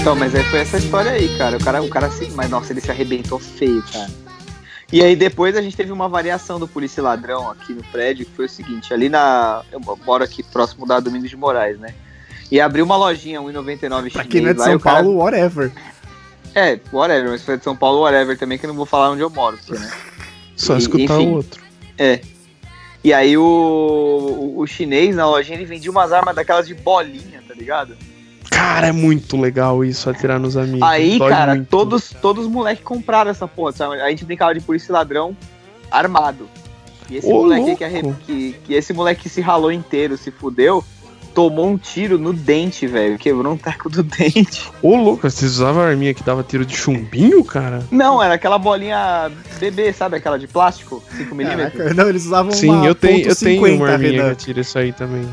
Speaker 3: Então, mas aí foi essa história aí, cara. O cara, o cara se. Mas nossa, ele se arrebentou feio, cara. E aí depois a gente teve uma variação do Polícia e Ladrão aqui no prédio, que foi o seguinte, ali na. Eu moro aqui próximo da Domingos de Moraes, né? E abriu uma lojinha 1,99
Speaker 1: Pra quem não é de
Speaker 3: lá, e
Speaker 1: São
Speaker 3: o cara-
Speaker 1: Paulo, whatever.
Speaker 3: É, whatever, mas foi de São Paulo, whatever também, que eu não vou falar onde eu moro, porque, né?
Speaker 2: Só
Speaker 3: E-
Speaker 2: escutar
Speaker 3: enfim.
Speaker 2: o outro.
Speaker 3: E aí o, o, o chinês na lojinha ele vendia umas armas daquelas de bolinha, tá ligado?
Speaker 2: Cara, é muito legal isso, atirar nos amigos.
Speaker 3: Aí,
Speaker 2: Dói
Speaker 3: cara,
Speaker 2: muito.
Speaker 3: todos todos os moleques compraram essa porra. Sabe? A gente brincava de polícia e ladrão armado. E esse
Speaker 2: Ô,
Speaker 3: moleque aí que, arre-
Speaker 2: louco.
Speaker 3: que, que esse moleque que se ralou inteiro, se fudeu, tomou um tiro no dente, velho. Quebrou um taco do dente.
Speaker 2: Ô, louco, você usava a arminha que dava tiro de chumbinho, cara?
Speaker 3: Não, era aquela bolinha bebê, sabe? Aquela de plástico, 5mm.
Speaker 1: Caraca, não, eles usavam
Speaker 2: Sim,
Speaker 1: uma
Speaker 2: eu tenho, eu
Speaker 1: ponto
Speaker 2: tenho
Speaker 1: 50,
Speaker 2: uma arminha que
Speaker 1: Renan.
Speaker 2: atira isso aí também.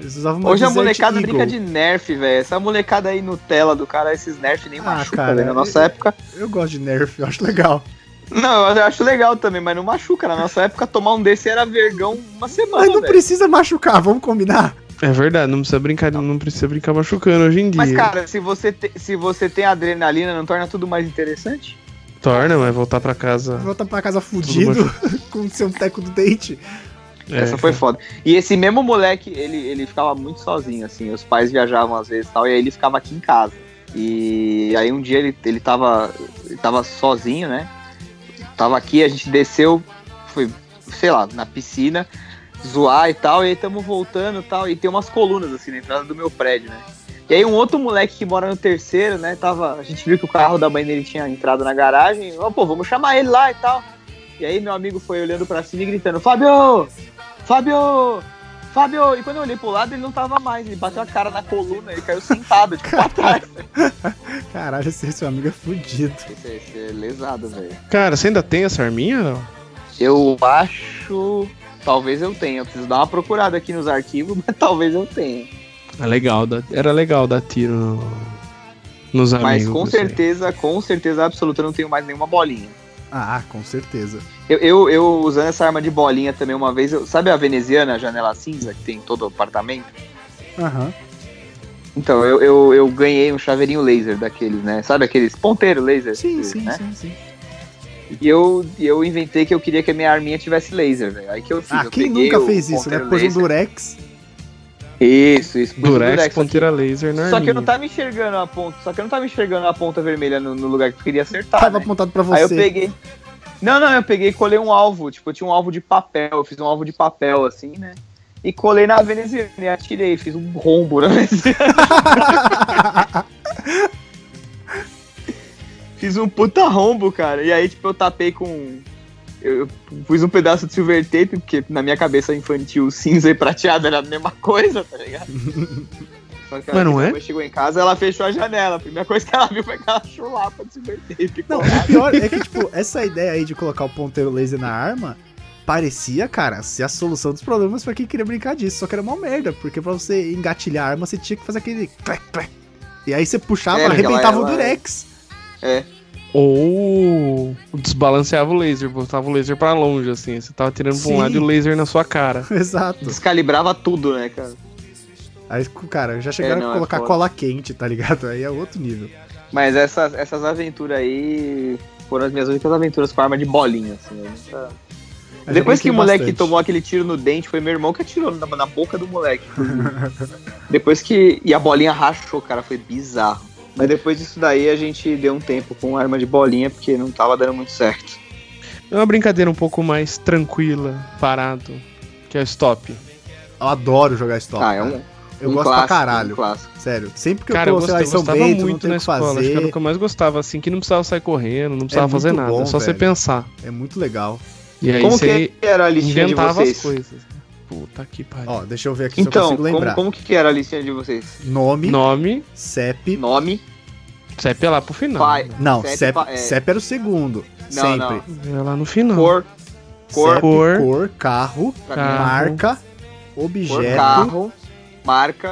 Speaker 1: Eles usavam uma
Speaker 3: Hoje a
Speaker 1: Desert
Speaker 3: molecada
Speaker 1: Eagle.
Speaker 3: brinca de nerf, velho. Essa molecada aí Nutella do cara, esses nerf nem
Speaker 1: Ah,
Speaker 3: machuca,
Speaker 1: cara,
Speaker 3: velho. Na nossa
Speaker 1: eu-
Speaker 3: época.
Speaker 1: Eu gosto de Nerf, eu acho legal.
Speaker 3: Não, eu acho legal também, mas não machuca. Na nossa época, tomar um desse era vergão uma semana,
Speaker 1: Mas não
Speaker 3: velho.
Speaker 1: precisa machucar, vamos combinar?
Speaker 2: É verdade, não precisa brincar, não precisa brincar machucando hoje em dia.
Speaker 3: Mas, cara, se você, te- se você tem adrenalina, não torna tudo mais interessante?
Speaker 2: Torna, vai voltar pra casa.
Speaker 1: Volta pra casa fudido, com seu teco do dente.
Speaker 2: É,
Speaker 3: Essa foi foda. E esse mesmo moleque, ele, ele ficava muito sozinho, assim. Os pais viajavam às vezes e tal, e aí ele ficava aqui em casa. E aí um dia ele, ele, tava, ele tava sozinho, né? Tava aqui, a gente desceu, foi, sei lá, na piscina, zoar e tal, e aí tamo voltando e tal. E tem umas colunas, assim, na entrada do meu prédio, né? E aí um outro moleque que mora no terceiro, né? Tava, a gente viu que o carro da mãe dele tinha entrado na garagem. Ó, pô, vamos chamar ele lá e tal. E aí meu amigo foi olhando pra cima e gritando, Fábio! Fábio! Fábio! E quando eu olhei pro lado, ele não tava mais. Ele bateu a cara na coluna, ele caiu sentado, tipo, pra trás.
Speaker 1: Caralho, esse seu amigo é fudido.
Speaker 3: Esse, esse é lesado, velho.
Speaker 2: Cara, você ainda tem essa arminha? Léo?
Speaker 3: Eu acho. Talvez eu tenha. Eu preciso dar uma procurada aqui nos arquivos, mas talvez eu tenha.
Speaker 2: É legal, dá- era legal dar tiro no- nos amigos.
Speaker 3: mas com
Speaker 2: assim.
Speaker 3: certeza, com certeza absoluta, eu não tenho mais nenhuma bolinha.
Speaker 1: Ah, com certeza.
Speaker 3: Eu, eu, eu usando essa arma de bolinha também uma vez, eu- sabe a veneziana, a janela cinza que tem em todo o apartamento?
Speaker 1: Aham.
Speaker 3: Então, eu, eu, eu ganhei um chaveirinho laser daqueles, né? Sabe aqueles ponteiro laser?
Speaker 1: Sim,
Speaker 3: que-
Speaker 1: sim,
Speaker 3: né?
Speaker 1: sim, sim.
Speaker 3: E eu, e eu inventei que eu queria que a minha arminha tivesse laser, velho. Aí que eu fiz.
Speaker 1: Ah,
Speaker 3: eu
Speaker 1: quem
Speaker 3: peguei
Speaker 1: nunca
Speaker 3: o
Speaker 1: fez isso, né?
Speaker 3: ponteiro
Speaker 1: Pôs um
Speaker 3: laser.
Speaker 1: durex.
Speaker 3: Isso, isso. pus um
Speaker 2: Durex,
Speaker 3: durex.
Speaker 2: ponteira laser na
Speaker 3: Só que
Speaker 2: arminha.
Speaker 3: eu não tá- tava enxergando a ponta. Só que eu não tava enxergando a ponta vermelha no, no lugar que eu queria acertar.
Speaker 1: Tava
Speaker 3: né?
Speaker 1: apontado pra
Speaker 3: Aí eu
Speaker 1: você.
Speaker 3: peguei. Não, não, eu peguei e colei um alvo. Tipo, eu tinha um alvo de papel. Eu fiz um alvo de papel assim, né? E colei na veneziana e atirei. Fiz um rombo na veneziana. fiz um puta rombo, cara. E aí, tipo, eu tapei com. Eu eu pus um pedaço de silver tape, porque na minha cabeça infantil cinza e prateado era a mesma coisa, tá ligado? Só que a
Speaker 2: Mas não
Speaker 3: minha
Speaker 2: é?
Speaker 3: mãe chegou em casa, ela fechou a janela. A primeira coisa que ela viu foi aquela chulapa de silver tape.
Speaker 1: Não,
Speaker 3: colada.
Speaker 1: o pior é que, tipo, essa ideia aí de colocar o ponteiro laser na arma parecia, cara, ser a solução dos problemas pra quem queria brincar disso. Só que era uma merda, porque pra você engatilhar a arma, você tinha que fazer aquele clac, clac. E aí você puxava,
Speaker 3: É, ela-
Speaker 1: arrebentava o
Speaker 3: ela-
Speaker 1: durex.
Speaker 2: Ou desbalanceava o laser, botava o laser pra longe, assim. Você tava tirando pra
Speaker 1: Sim.
Speaker 2: um lado e o laser na sua cara.
Speaker 1: Exato.
Speaker 3: Descalibrava tudo, né, cara?
Speaker 1: Aí, cara, já chegaram
Speaker 3: É, não,
Speaker 1: a
Speaker 3: é
Speaker 1: colocar
Speaker 3: foda.
Speaker 1: cola quente, tá ligado? Aí é outro nível.
Speaker 3: Mas essas, essas aventuras aí foram as minhas únicas aventuras com arma de bolinha, assim. eu nunca-
Speaker 1: Eu já
Speaker 3: Depois que
Speaker 1: brinquei
Speaker 3: o moleque
Speaker 1: bastante.
Speaker 3: tomou aquele tiro no dente, foi meu irmão que atirou na, na boca do moleque. depois que. E a bolinha rachou, cara, foi bizarro. Mas depois disso daí a gente deu um tempo com arma de bolinha, porque não tava dando muito certo.
Speaker 2: É uma brincadeira um pouco mais tranquila, parado, que é o stop.
Speaker 1: Eu adoro jogar stop.
Speaker 3: ah, é
Speaker 1: cara.
Speaker 3: um,
Speaker 1: eu
Speaker 3: um
Speaker 1: gosto
Speaker 3: clássico,
Speaker 1: pra caralho.
Speaker 3: Um clássico.
Speaker 1: Sério. Sempre que
Speaker 2: Cara, eu
Speaker 1: eu tô, sei lá,
Speaker 2: gostava,
Speaker 1: em São
Speaker 2: gostava
Speaker 1: Bento, não
Speaker 2: muito
Speaker 1: tem
Speaker 2: na
Speaker 1: o que
Speaker 2: escola. Acho que era o
Speaker 1: fazer.
Speaker 2: que eu mais gostava, assim, que não precisava sair correndo, não precisava
Speaker 1: muito
Speaker 2: fazer nada,
Speaker 1: bom,
Speaker 2: é só você
Speaker 1: velho.
Speaker 2: pensar.
Speaker 1: É muito legal.
Speaker 2: E aí
Speaker 3: Como
Speaker 2: você
Speaker 3: que é? era a listinha de
Speaker 2: inventava as
Speaker 3: vocês?
Speaker 2: coisas. né? Puta que pariu.
Speaker 1: Ó, deixa eu ver aqui se eu
Speaker 3: Então,
Speaker 1: consigo
Speaker 3: como,
Speaker 1: lembrar.
Speaker 3: como que era a listinha de vocês?
Speaker 1: Nome,
Speaker 2: Nome,
Speaker 1: CEP.
Speaker 3: Nome,
Speaker 2: CEP é lá pro final.
Speaker 3: pai.
Speaker 1: Não,
Speaker 3: CEP,
Speaker 1: CEP,
Speaker 3: pa- é.
Speaker 1: CEP era o segundo.
Speaker 3: Não, não.
Speaker 1: sempre.
Speaker 2: É lá no final.
Speaker 3: cor,
Speaker 1: CEP,
Speaker 3: cor,
Speaker 2: Cor.
Speaker 1: cor, carro,
Speaker 2: Carro.
Speaker 1: marca,
Speaker 3: cor,
Speaker 1: objeto.
Speaker 3: carro, marca,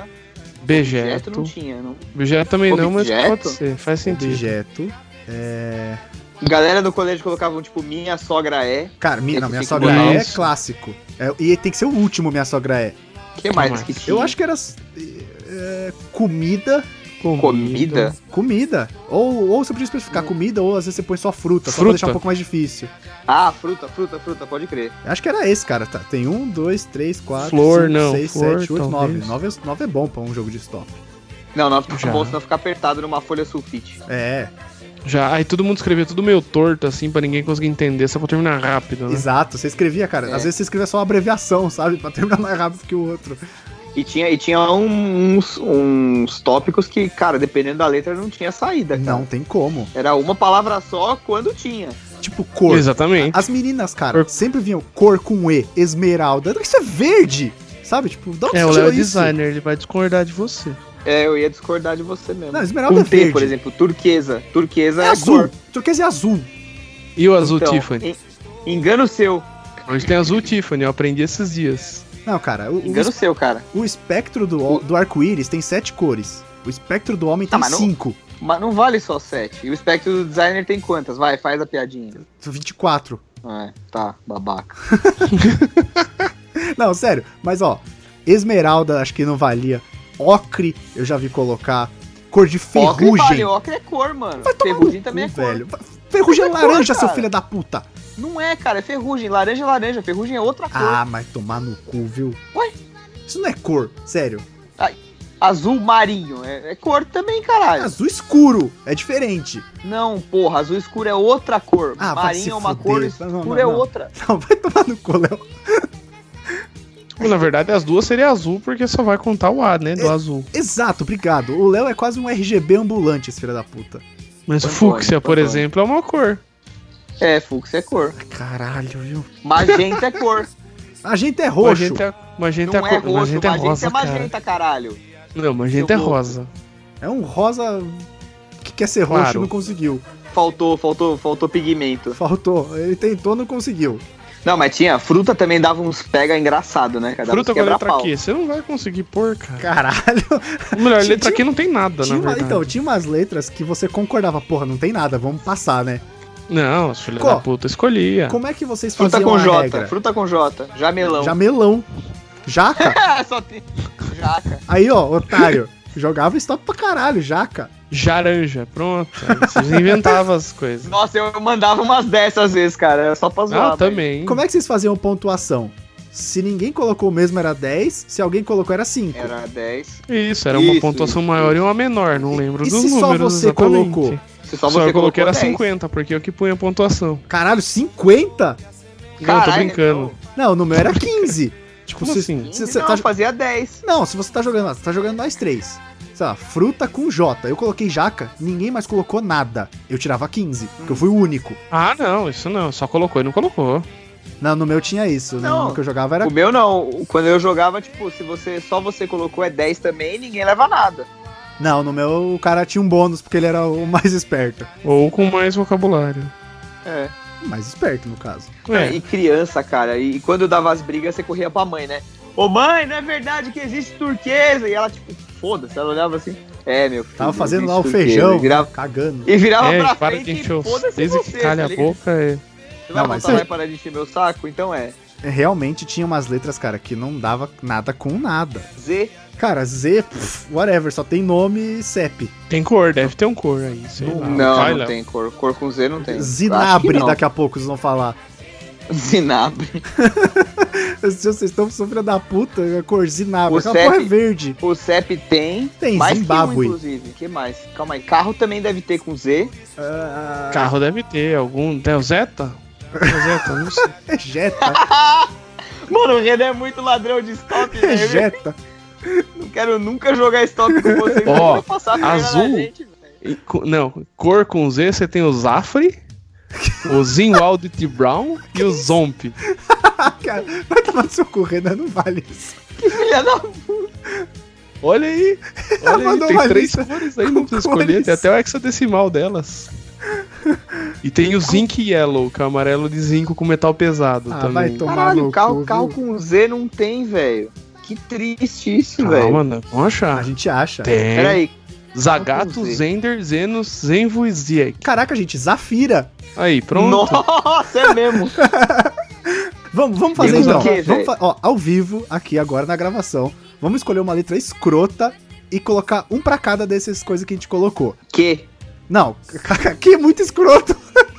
Speaker 3: objeto
Speaker 2: Bejeto.
Speaker 3: não tinha, não.
Speaker 2: Bejeto também não, mas
Speaker 3: Objeto?
Speaker 2: pode ser, faz sentido.
Speaker 1: Objeto. É...
Speaker 3: Galera do colégio colocava tipo minha sogra é.
Speaker 1: Cara, minha, não,
Speaker 3: Esse
Speaker 1: minha
Speaker 3: fica
Speaker 1: sogra
Speaker 2: bonito.
Speaker 1: é clássico. É, e tem que ser o último, minha sogra é.
Speaker 3: O que mais
Speaker 2: mais?
Speaker 3: que tinha?
Speaker 1: Eu acho que era é, comida,
Speaker 3: comida.
Speaker 1: comida. Ou, ou você podia especificar comida, ou às vezes você põe só fruta, só pra
Speaker 2: Fruta.
Speaker 1: deixar um pouco mais difícil.
Speaker 3: Ah, fruta, fruta, fruta, pode crer.
Speaker 1: Eu acho que era esse, cara. Tá, tem um, dois, três, quatro,
Speaker 2: Flor,
Speaker 1: cinco,
Speaker 2: não.
Speaker 1: seis,
Speaker 2: Flor,
Speaker 1: sete, oito, nove.
Speaker 2: talvez.
Speaker 1: Nove é, nove é bom pra um jogo de stop.
Speaker 3: Não, não fica
Speaker 2: Já.
Speaker 3: bom, senão fica apertado numa folha sulfite.
Speaker 1: É,
Speaker 2: Já, aí todo mundo escrevia tudo meio torto, assim, pra ninguém conseguir entender, só pra terminar rápido, né?
Speaker 1: exato. Você escrevia, cara.
Speaker 3: É.
Speaker 1: Às vezes você escrevia só uma abreviação, sabe? Pra terminar mais rápido que o outro.
Speaker 3: É, E tinha, e tinha um- uns, uns tópicos que, cara, dependendo da letra, não tinha saída, cara.
Speaker 1: Não tem como.
Speaker 3: Era uma palavra só quando tinha.
Speaker 1: Tipo, cor.
Speaker 2: Exatamente.
Speaker 1: As meninas, cara,
Speaker 2: Cor-
Speaker 1: sempre vinham cor com E, esmeralda. Isso é verde! Sabe? Tipo, dá
Speaker 2: É, o Léo é designer, ele vai discordar de você.
Speaker 3: É, eu ia discordar de você mesmo.
Speaker 1: Não, esmeralda
Speaker 3: Com
Speaker 1: é
Speaker 3: T,
Speaker 1: verde.
Speaker 3: por exemplo, turquesa. Turquesa
Speaker 1: É
Speaker 3: é, a
Speaker 1: azul.
Speaker 3: cor.
Speaker 1: Turquesa é azul.
Speaker 2: E o azul
Speaker 3: Então,
Speaker 2: Tiffany?
Speaker 3: en- Engano seu.
Speaker 2: Hoje tem azul Tiffany, eu aprendi esses dias.
Speaker 1: Não, cara, o, o
Speaker 3: Engano seu, cara.
Speaker 1: es- o espectro do, do arco-íris tem sete cores. O espectro do homem
Speaker 3: Tá,
Speaker 1: tem
Speaker 3: mas não-
Speaker 1: cinco.
Speaker 3: Mas não vale só sete. E o espectro do designer tem quantas? Vai, faz a piadinha.
Speaker 1: 24.
Speaker 3: É, tá, babaca.
Speaker 1: Não, sério. Mas, ó, esmeralda acho que não valia. Ocre eu já vi colocar. Cor de
Speaker 3: Ocre, vale,
Speaker 1: ferrugem.
Speaker 3: ocre é cor, mano.
Speaker 1: Vai tomar
Speaker 3: Ferrugem
Speaker 1: no
Speaker 3: também é
Speaker 1: cu,
Speaker 3: cor.
Speaker 1: velho. Ferrugem é
Speaker 3: Mas é cor,
Speaker 1: laranja, seu
Speaker 3: cara.
Speaker 1: filho da puta.
Speaker 3: Não é, cara, é ferrugem. Laranja é laranja, ferrugem é outra cor.
Speaker 1: Ah, mas tomar no cu, viu?
Speaker 3: Ué?
Speaker 1: Isso não é cor, sério.
Speaker 3: Azul marinho, é, é cor também, caralho.
Speaker 1: Azul escuro, é diferente.
Speaker 3: Não, porra, azul escuro é outra cor.
Speaker 1: Ah, vai se
Speaker 3: marinho é uma
Speaker 1: fuder.
Speaker 3: cor,
Speaker 1: Não,
Speaker 3: escuro
Speaker 1: não,
Speaker 3: é
Speaker 1: não.
Speaker 3: outra.
Speaker 1: Não, vai tomar no cu, Léo.
Speaker 2: Na verdade, as duas seria azul, porque só vai contar o A, né? Do azul.
Speaker 1: Exato, obrigado. O Léo é quase um RGB ambulante, esse filho da puta.
Speaker 2: Mas
Speaker 3: Foi
Speaker 2: fúcsia,
Speaker 3: bom, foi
Speaker 2: por
Speaker 3: bom.
Speaker 2: exemplo, é uma cor.
Speaker 3: É, fluxo é cor.
Speaker 1: Caralho, viu?
Speaker 3: Magenta é cor.
Speaker 1: A gente é roxo.
Speaker 2: Magenta é, magenta é,
Speaker 3: não é
Speaker 2: cor-
Speaker 3: roxo,
Speaker 2: magenta
Speaker 3: magenta,
Speaker 2: é rosa,
Speaker 3: é
Speaker 2: cara.
Speaker 3: magenta, caralho.
Speaker 2: Não, magenta é
Speaker 3: Seu louco.
Speaker 2: rosa.
Speaker 1: É um rosa que quer ser roxo
Speaker 2: Claro.
Speaker 1: não conseguiu.
Speaker 3: Faltou, faltou, faltou pigmento.
Speaker 1: Faltou. Ele tentou, não conseguiu.
Speaker 3: Não, mas tinha, fruta também dava uns pega engraçado, né? Cada
Speaker 2: Fruta com a letra Q, você não vai conseguir pôr, cara.
Speaker 1: Caralho.
Speaker 2: Ou melhor,
Speaker 1: Tinha-
Speaker 2: letra Q não tem nada,
Speaker 1: Tinha
Speaker 2: na
Speaker 1: uma-
Speaker 2: verdade.
Speaker 1: então, tinha umas letras que você concordava. Porra, não tem nada, vamos passar, né?
Speaker 2: Não, os filhos
Speaker 1: Qual?
Speaker 2: da puta escolhia.
Speaker 1: Como é que vocês
Speaker 3: Fruta
Speaker 1: faziam
Speaker 3: com
Speaker 1: a
Speaker 3: J,
Speaker 1: regra?
Speaker 3: fruta com J, jamelão.
Speaker 1: Jamelão. Jaca.
Speaker 3: Ah, Só tem jaca.
Speaker 1: Aí, ó, otário. Jogava stop pra caralho, jaca.
Speaker 2: Jaranja, pronto. Aí Vocês inventavam as coisas.
Speaker 3: Nossa, eu mandava umas dessas às vezes, cara. Era só pra zoar.
Speaker 2: Ah, também.
Speaker 1: Como é que vocês faziam pontuação? Se ninguém colocou o mesmo era 10, se alguém colocou era 5.
Speaker 3: velho. Era 10.
Speaker 2: Isso, era uma
Speaker 3: é- Isso,
Speaker 2: pontuação
Speaker 3: isso,
Speaker 2: maior
Speaker 3: isso.
Speaker 2: e uma menor, não lembro
Speaker 1: E
Speaker 2: dos
Speaker 1: se só
Speaker 2: números
Speaker 1: você
Speaker 2: exatamente.
Speaker 1: colocou?
Speaker 3: Se
Speaker 2: Só,
Speaker 3: só você
Speaker 2: eu coloquei era
Speaker 3: colocou 10.
Speaker 2: 50, porque eu que punha a pontuação.
Speaker 1: Caralho, 50?
Speaker 2: não, tô
Speaker 3: Caralho, então,
Speaker 2: brincando.
Speaker 1: Não, o meu era 15. tipo,
Speaker 2: Como
Speaker 1: se,
Speaker 2: assim?
Speaker 1: se
Speaker 3: Não,
Speaker 1: você tá-
Speaker 3: fazia 10.
Speaker 1: Não, se você tá jogando, você tá jogando nós três. Sei lá, fruta com J. Eu coloquei jaca, ninguém mais colocou nada. Eu tirava 15, porque eu fui o único.
Speaker 2: Ah, não, isso não. Só colocou e não colocou.
Speaker 1: Não, no meu tinha isso.
Speaker 3: Não.
Speaker 1: No que eu jogava era.
Speaker 3: O meu não. O- Quando eu jogava, tipo, se você só você colocou é 10 também, ninguém leva nada.
Speaker 1: Não, no meu o cara tinha um bônus, porque ele era o mais esperto.
Speaker 2: Ou com mais vocabulário.
Speaker 3: É.
Speaker 1: O mais esperto, no caso.
Speaker 2: É,
Speaker 3: E criança, cara. E quando eu dava as brigas, você corria pra mãe, né? Ô mãe, não é verdade que existe turquesa? E ela, tipo, foda-se, ela olhava assim. É, meu filho.
Speaker 1: Tava fazendo lá o
Speaker 3: existe turquesa.
Speaker 1: feijão,
Speaker 3: E virava,
Speaker 1: cagando.
Speaker 3: e virava
Speaker 2: é
Speaker 3: pra
Speaker 2: para de
Speaker 3: frente
Speaker 2: encher
Speaker 3: e
Speaker 2: o
Speaker 3: foda-se
Speaker 2: Desde
Speaker 3: você,
Speaker 2: que calha
Speaker 3: tá
Speaker 2: a
Speaker 3: ligado?
Speaker 2: boca. É...
Speaker 3: Você vai
Speaker 1: Não, mas-
Speaker 3: voltar lá e parar de encher meu saco? Então é.
Speaker 1: É, Realmente tinha umas letras, cara, que não dava nada com nada.
Speaker 3: Z,
Speaker 1: Cara, Z, pff, whatever, só tem nome e CEP.
Speaker 2: Tem cor, deve ter um cor aí. Sei lá.
Speaker 3: Não,
Speaker 2: Vai
Speaker 3: Ah, não
Speaker 2: lá.
Speaker 3: tem cor. Cor com Z não tem.
Speaker 1: Zinabre,
Speaker 3: Acho que
Speaker 1: daqui a pouco vocês vão falar.
Speaker 3: não. Zinabre.
Speaker 1: Vocês estão sofrendo da puta, a cor Zinabre.
Speaker 3: O
Speaker 1: Aquela porra é
Speaker 3: CEP.
Speaker 1: verde.
Speaker 3: O CEP tem.
Speaker 1: Tem
Speaker 3: mais Que um,
Speaker 1: Zimbábue.
Speaker 3: inclusive. que mais? Calma aí. Carro também deve ter com Z.
Speaker 1: Ah,
Speaker 2: Carro deve ter algum. É o Zeta? É o Zeta, não sei.
Speaker 1: é Jetta,
Speaker 3: Mano, o Renan é muito ladrão de stop,
Speaker 1: é
Speaker 3: velho.
Speaker 1: Jetta.
Speaker 3: Eu não quero nunca jogar stop com você.
Speaker 2: Ó,
Speaker 3: não vou passar a perna
Speaker 2: azul.
Speaker 3: na gente, velho.
Speaker 2: E co- Não, cor com Z você tem o Zafre, o Zinwald T. Brown e o Zomp.
Speaker 1: Ah, Cara, vai tomar no seu cu, Renan, não vale isso.
Speaker 3: Filha da
Speaker 2: Olha aí!
Speaker 1: Ela
Speaker 2: Olha aí,
Speaker 1: mandou
Speaker 2: tem
Speaker 1: uma
Speaker 2: três
Speaker 1: lista
Speaker 2: cores aí, não
Speaker 1: com
Speaker 2: precisa escolher, tem
Speaker 1: cores.
Speaker 2: até o hexadecimal delas. E tem o Zinc Yellow, que é o amarelo de zinco com metal pesado
Speaker 1: Ah,
Speaker 2: também.
Speaker 1: vai tomar no
Speaker 3: Caralho,
Speaker 1: cu,
Speaker 3: carro,
Speaker 1: viu?
Speaker 3: carro com Z não tem, velho. Que triste isso, velho.
Speaker 2: Calma, não, vamos
Speaker 1: Ah, A
Speaker 2: achar.
Speaker 1: gente acha.
Speaker 2: Tem.
Speaker 3: Peraí,
Speaker 2: Zagato,
Speaker 3: com Z.
Speaker 2: Zender, Zenos, Zenvu e Ziek.
Speaker 1: Caraca, gente, Zafira.
Speaker 2: Aí, pronto.
Speaker 3: Nossa, é mesmo.
Speaker 1: Vamos, vamos fazer
Speaker 3: Vamos
Speaker 1: então.
Speaker 3: o quê,
Speaker 1: vamos
Speaker 3: velho?
Speaker 1: fa- ó, ao vivo, aqui agora na gravação, vamos escolher uma letra escrota e colocar um pra cada dessas coisas que a gente colocou.
Speaker 3: que?
Speaker 1: Não, que é muito escroto,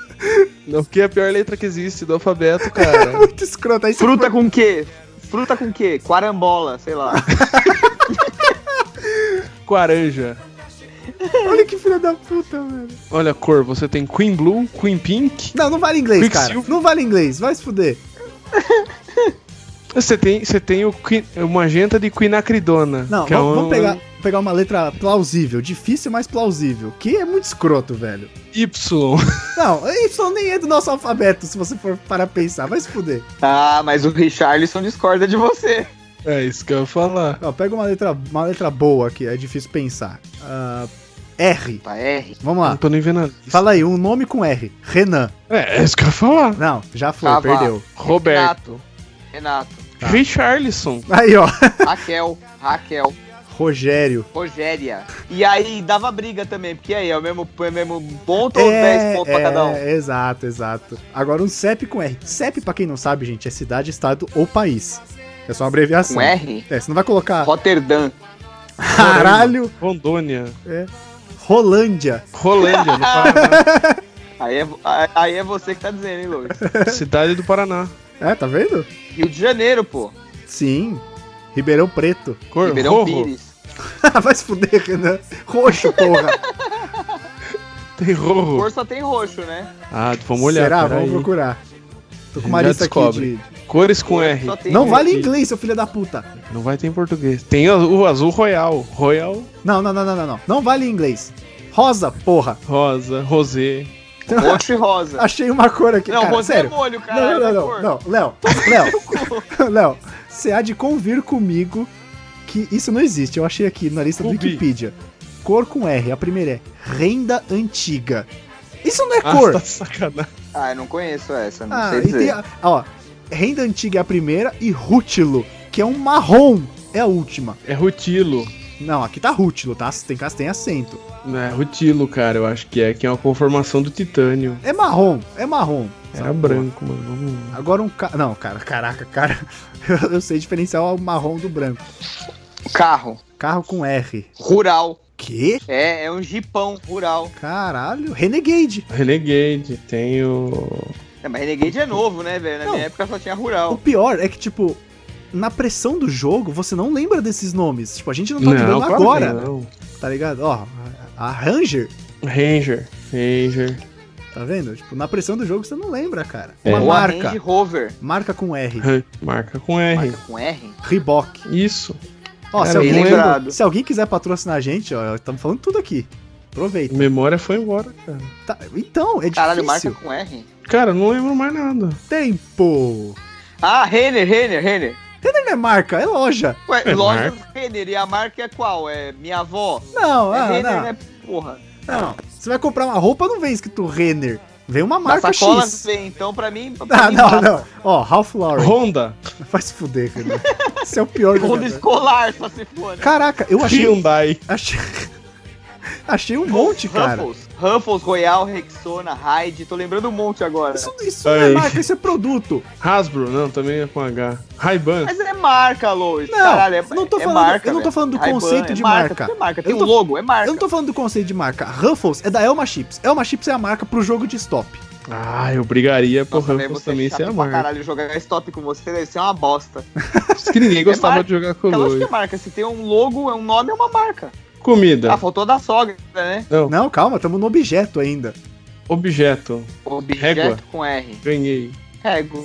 Speaker 2: Não, porque é a pior letra que existe do alfabeto, cara.
Speaker 1: muito escroto. Aí você-
Speaker 3: Fruta com que? Fruta com que? Quarambola, sei lá.
Speaker 2: Quaranja.
Speaker 1: Olha que filha da puta, velho.
Speaker 2: Olha a cor, você tem Queen Blue, Queen Pink.
Speaker 1: Não, não vale inglês, cara.
Speaker 2: Quicksilver.
Speaker 1: Não vale inglês, vai se fuder.
Speaker 2: Você tem, você tem o Queen, o magenta de Queen Acridona.
Speaker 1: Não,
Speaker 2: que é
Speaker 1: vamos,
Speaker 2: um-
Speaker 1: vamos pegar, pegar uma letra plausível, difícil, mas plausível. Que é muito escroto, velho.
Speaker 2: Y.
Speaker 1: Não, Y nem é do nosso alfabeto, se você for para pensar, vai se fuder.
Speaker 3: Ah, mas o Richarlison discorda de você.
Speaker 2: É isso que eu ia falar.
Speaker 1: Ó, pega uma letra, uma letra boa aqui, é difícil pensar. Ah, R,
Speaker 3: Tá, R.
Speaker 1: vamos
Speaker 2: Não
Speaker 1: lá.
Speaker 2: tô nem vendo a lista.
Speaker 1: Fala aí, um nome com R. Renan.
Speaker 2: É, é isso que eu ia falar.
Speaker 1: Não, já foi,
Speaker 3: Ah, vá.
Speaker 1: perdeu.
Speaker 2: Roberto.
Speaker 3: Renato.
Speaker 1: Tá.
Speaker 2: Richarlison.
Speaker 1: Aí, ó.
Speaker 3: Raquel. Raquel.
Speaker 1: Rogério.
Speaker 3: Rogéria. E aí dava briga também, porque aí é o mesmo, é o mesmo ponto ou
Speaker 1: É,
Speaker 3: 10 pontos pra cada um?
Speaker 1: é, Exato, exato. Agora um CEP com R. CEP, pra quem não sabe, gente, é cidade, estado ou país. É só uma abreviação.
Speaker 3: Com R?
Speaker 1: É, você não vai colocar
Speaker 3: Roterdã.
Speaker 1: caralho,
Speaker 2: Rondônia.
Speaker 1: Rolândia.
Speaker 2: Rolândia, no Paraná.
Speaker 3: Aí é, vo- aí- aí é você que tá dizendo, hein, Lourdes?
Speaker 2: Cidade do Paraná.
Speaker 1: É, tá vendo?
Speaker 3: Rio de Janeiro, pô.
Speaker 1: Sim. Ribeirão Preto.
Speaker 2: Cor,
Speaker 3: Ribeirão
Speaker 2: rojo.
Speaker 3: Pires.
Speaker 1: vai se fuder, Renan. Roxo, porra.
Speaker 2: Tem rojo.
Speaker 3: Cor só tem roxo, né?
Speaker 2: Ah, vamos olhar.
Speaker 1: Será?
Speaker 2: peraí.
Speaker 1: Vamos procurar. Tô com uma
Speaker 2: Já
Speaker 1: lista
Speaker 2: descobre.
Speaker 1: aqui de...
Speaker 2: Cores com R.
Speaker 3: Só tem
Speaker 1: Não
Speaker 3: roxo.
Speaker 1: vale inglês, seu filho da puta.
Speaker 2: Não vai ter em português. Tem o o azul royal. Royal,
Speaker 1: Não, não, não, não, não. Não, não vale inglês. Rosa, porra.
Speaker 2: rosa, rosé.
Speaker 3: Roxo e rosa.
Speaker 1: Achei uma cor aqui,
Speaker 3: não,
Speaker 1: cara.
Speaker 3: rosa
Speaker 1: sério.
Speaker 3: é molho,
Speaker 1: Não, não,
Speaker 3: cara.
Speaker 1: não, não, não. Léo, Léo, Léo, você há de convir comigo que isso não existe. Eu achei aqui na lista do
Speaker 2: Convi.
Speaker 1: Wikipedia. Cor com R. A primeira é renda antiga. Isso não é
Speaker 2: Ah,
Speaker 1: cor.
Speaker 2: tá sacanagem.
Speaker 3: Ah, eu não conheço essa, não
Speaker 1: Ah,
Speaker 3: sei
Speaker 1: e
Speaker 3: dizer.
Speaker 1: tem a, ó, renda antiga é a primeira e rútilo, que é um marrom, é a última.
Speaker 2: É rutilo.
Speaker 1: Não, aqui tá rútilo, tá? Tem caso tem acento.
Speaker 2: Não, É rutilo, cara. Eu acho que é. Que é uma conformação do titânio.
Speaker 1: É marrom, é marrom.
Speaker 2: Era branco, mano. Vamos-
Speaker 1: Agora um ca... Não, cara, caraca, cara. Eu sei diferenciar o marrom do branco.
Speaker 3: Carro.
Speaker 1: Carro com R.
Speaker 3: Rural.
Speaker 1: Que?
Speaker 3: É, é um jipão rural.
Speaker 1: Caralho, Renegade.
Speaker 2: Renegade. Tem o.
Speaker 3: É, mas Renegade é novo, né, velho? Na
Speaker 1: Não.
Speaker 3: minha época só tinha
Speaker 1: O
Speaker 3: rural.
Speaker 1: pior é que, tipo, na pressão do jogo, você não lembra desses nomes. Tipo, a gente não tá
Speaker 2: Não,
Speaker 1: lembrando
Speaker 2: claro
Speaker 1: agora,
Speaker 2: que não.
Speaker 1: tá ligado? Ó, a Ranger,
Speaker 2: Ranger. Ranger.
Speaker 1: tá vendo? Tipo, na pressão do jogo você não lembra, cara.
Speaker 2: É.
Speaker 1: Uma
Speaker 3: Ou a
Speaker 1: marca, É.
Speaker 3: Range Rover.
Speaker 1: marca com R,
Speaker 2: Ran- Marca com R.
Speaker 3: Marca com R?
Speaker 1: Reebok.
Speaker 2: Isso.
Speaker 1: Ó, se
Speaker 2: Cara,
Speaker 1: alguém,
Speaker 2: bem
Speaker 3: lembrado.
Speaker 1: se alguém quiser patrocinar a gente, ó, estamos falando tudo aqui. Aproveita.
Speaker 2: Memória foi embora, cara.
Speaker 1: Tá, então, é
Speaker 3: Caralho,
Speaker 1: difícil.
Speaker 3: marca com R?
Speaker 2: Cara, eu não lembro mais nada.
Speaker 1: Tempo.
Speaker 3: Ah, Renner, Renner, Renner.
Speaker 1: Renner não é marca, é loja.
Speaker 3: Ué,
Speaker 2: É
Speaker 3: loja Renner. E a marca é qual? É minha avó?
Speaker 1: Não,
Speaker 3: é
Speaker 1: ah,
Speaker 3: Renner,
Speaker 1: não,
Speaker 3: né? Porra.
Speaker 1: não. Você vai comprar uma roupa, não vem escrito Renner. Vem uma marca
Speaker 3: Na sacola
Speaker 1: X.
Speaker 3: vem, então pra mim. pra
Speaker 1: Ah,
Speaker 3: mim
Speaker 1: não,
Speaker 3: passa.
Speaker 1: não. Ó, Ralph Lauren.
Speaker 2: Honda.
Speaker 1: Vai se fuder, Renan. Você é o pior
Speaker 3: Fundo
Speaker 1: jogador.
Speaker 3: escolar, só se for. né?
Speaker 1: assim? Caraca, eu achei.
Speaker 2: Hyundai.
Speaker 1: achei... Achei um monte, cara.
Speaker 3: Ruffles, Ruffles, Royal, Rexona, Hyde, tô lembrando um monte agora.
Speaker 1: Isso, isso não é
Speaker 2: Aí.
Speaker 1: marca, isso é produto.
Speaker 2: Hasbro, não, também é com H. Ray-Ban.
Speaker 3: Mas é marca, Lois.
Speaker 1: Não,
Speaker 3: Caralho, é,
Speaker 1: não tô
Speaker 3: é
Speaker 1: falando-
Speaker 3: marca,
Speaker 1: eu não tô
Speaker 3: velho.
Speaker 1: falando do
Speaker 3: Ray-Ban
Speaker 1: conceito
Speaker 3: é
Speaker 1: de marca.
Speaker 3: Tem marca, tem
Speaker 1: Eu
Speaker 3: um
Speaker 1: tô-
Speaker 3: logo, é marca.
Speaker 1: Eu não tô falando do conceito de marca. Ruffles é da Elma Chips. Elma Chips é a marca pro jogo de stop.
Speaker 2: Ah, eu brigaria por
Speaker 3: Nossa, velho,
Speaker 2: Ruffles
Speaker 3: você é
Speaker 2: também
Speaker 3: chato
Speaker 2: ser a
Speaker 3: pra
Speaker 2: marca.
Speaker 3: Caralho, jogar stop com você deve ser uma bosta.
Speaker 2: Diz que ninguém gostava
Speaker 3: marca.
Speaker 2: de jogar com
Speaker 3: É lógico que
Speaker 2: Lois.
Speaker 3: é marca. Se tem um logo, é um nome, é uma marca. Ah,
Speaker 2: Comida.
Speaker 3: faltou da sogra, né?
Speaker 1: Não, calma, tamo no objeto ainda.
Speaker 2: Objeto.
Speaker 3: Objeto
Speaker 2: Régua.
Speaker 3: com R.
Speaker 2: Ganhei.
Speaker 3: Régua.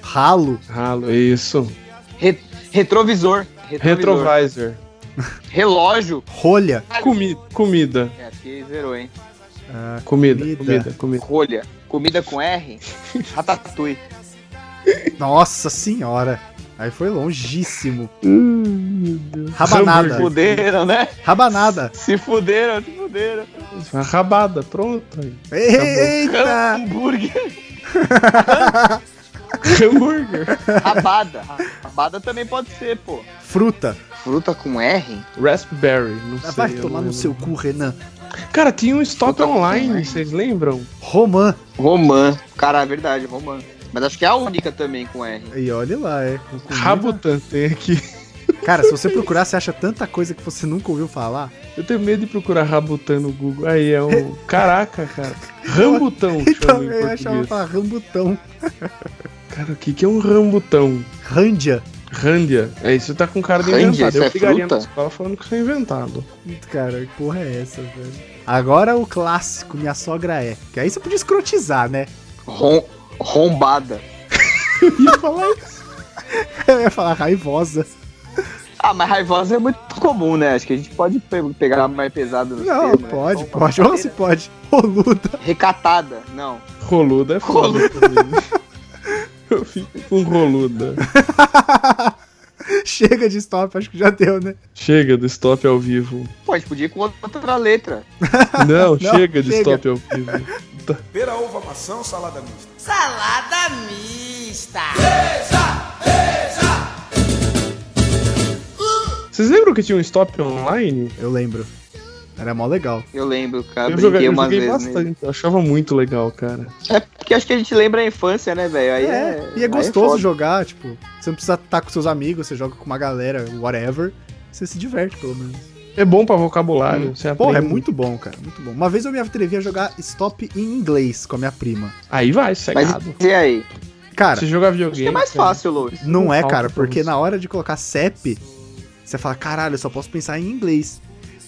Speaker 1: Ralo. Então,
Speaker 2: Ralo, isso.
Speaker 3: Re- retrovisor. retrovisor.
Speaker 2: Retrovisor.
Speaker 3: Relógio.
Speaker 1: Rolha.
Speaker 2: Comi comida.
Speaker 3: É, aqui zerou, hein?
Speaker 1: Ah,
Speaker 2: Comida.
Speaker 1: Comida.
Speaker 2: Comida. Comida.
Speaker 3: Rolha. Comida com R. Ratatouille.
Speaker 1: nossa senhora. Aí foi longíssimo. Rabanada.
Speaker 2: Hambúrguer.
Speaker 3: Fuderam, né?
Speaker 1: Rabanada.
Speaker 3: Se fuderam, se fuderam.
Speaker 2: Rabada, pronto. aí. Ah.
Speaker 1: Eita!
Speaker 3: Hambúrguer.
Speaker 2: Hambúrguer.
Speaker 3: Rabada. Rabada também pode ser, pô.
Speaker 1: Fruta.
Speaker 3: Fruta com R?
Speaker 2: Raspberry. Não sei.
Speaker 1: Vai
Speaker 2: eu
Speaker 1: tomar
Speaker 2: não
Speaker 1: no
Speaker 2: lembro.
Speaker 1: seu cu, Renan.
Speaker 2: Cara, tinha um estoque
Speaker 3: Puta,
Speaker 2: online,
Speaker 3: online.
Speaker 2: vocês lembram?
Speaker 1: Romã.
Speaker 3: Romã. Cara, é verdade, Romã. Mas acho que é a única também com R.
Speaker 1: E olha lá, é. Com comida.
Speaker 2: Rabutan tem aqui.
Speaker 1: Cara, se você procurar, você acha tanta coisa que você nunca ouviu falar.
Speaker 2: Eu tenho medo de procurar Rabutan no Google. Aí é o. Caraca, cara. Rambutão
Speaker 1: Então,
Speaker 2: chama em
Speaker 1: eu achava
Speaker 2: português.
Speaker 1: falar rambutão.
Speaker 2: Cara, o que, que é um rambutão?
Speaker 1: Rândia.
Speaker 2: Rândia. É, isso tá com cara de
Speaker 3: Rândia,
Speaker 2: inventado.
Speaker 3: isso
Speaker 2: Eu
Speaker 3: é
Speaker 2: ficaria
Speaker 3: fruta?
Speaker 2: na escola falando que isso é inventado.
Speaker 1: Cara, que porra é essa, velho? Agora o clássico, minha sogra é. Que aí você podia escrotizar, né?
Speaker 3: Rom- rombada.
Speaker 2: Eu ia falar isso.
Speaker 1: Eu ia falar raivosa.
Speaker 3: Ah, mas raivosa é muito comum, né? Acho que a gente pode pe- pegar mais pesado no né?
Speaker 1: Não, pode, pode. Ou se pode. Roluda.
Speaker 3: Recatada. Não.
Speaker 2: Roluda é foda. também. Eu fico com roluda.
Speaker 1: Chega de stop, acho que já deu, né?
Speaker 2: Chega do stop ao vivo.
Speaker 3: Pô, a gente podia ir com outra letra.
Speaker 2: Não,
Speaker 1: Não,
Speaker 2: chega de
Speaker 1: chega.
Speaker 2: stop ao vivo. Tá.
Speaker 4: Pera, uva, maçã ou salada mista?
Speaker 5: Salada mista.
Speaker 2: Vocês lembram que tinha um stop online?
Speaker 1: Eu lembro. Era mó legal.
Speaker 3: Eu lembro, cara.
Speaker 2: eu
Speaker 3: brinquei
Speaker 2: joguei, eu
Speaker 3: umas
Speaker 2: joguei
Speaker 3: vezes
Speaker 2: bastante.
Speaker 3: nele.
Speaker 2: Eu achava muito legal, cara.
Speaker 3: É porque acho que a gente lembra a infância, né, velho? Aí é,
Speaker 1: É, e é gostoso jogar, tipo, você não precisa estar com seus amigos, você joga com uma galera, whatever. Você se diverte, pelo menos.
Speaker 2: É bom pra vocabulário.
Speaker 3: Hum.
Speaker 2: Você
Speaker 1: Porra, é
Speaker 2: aprende.
Speaker 1: muito bom, cara, muito bom. Uma vez eu me atrevi a jogar stop em inglês com a minha prima.
Speaker 2: Aí vai,
Speaker 3: Mas
Speaker 2: cegado.
Speaker 3: e aí?
Speaker 1: Cara,
Speaker 2: Se jogar
Speaker 3: Acho que é
Speaker 2: videogame.
Speaker 3: mais
Speaker 2: cara.
Speaker 3: fácil, Louis.
Speaker 1: não é,
Speaker 2: falta um
Speaker 1: cara,
Speaker 2: pra
Speaker 1: porque
Speaker 2: você.
Speaker 1: na hora de colocar CEP, você fala, caralho, eu só posso pensar em inglês.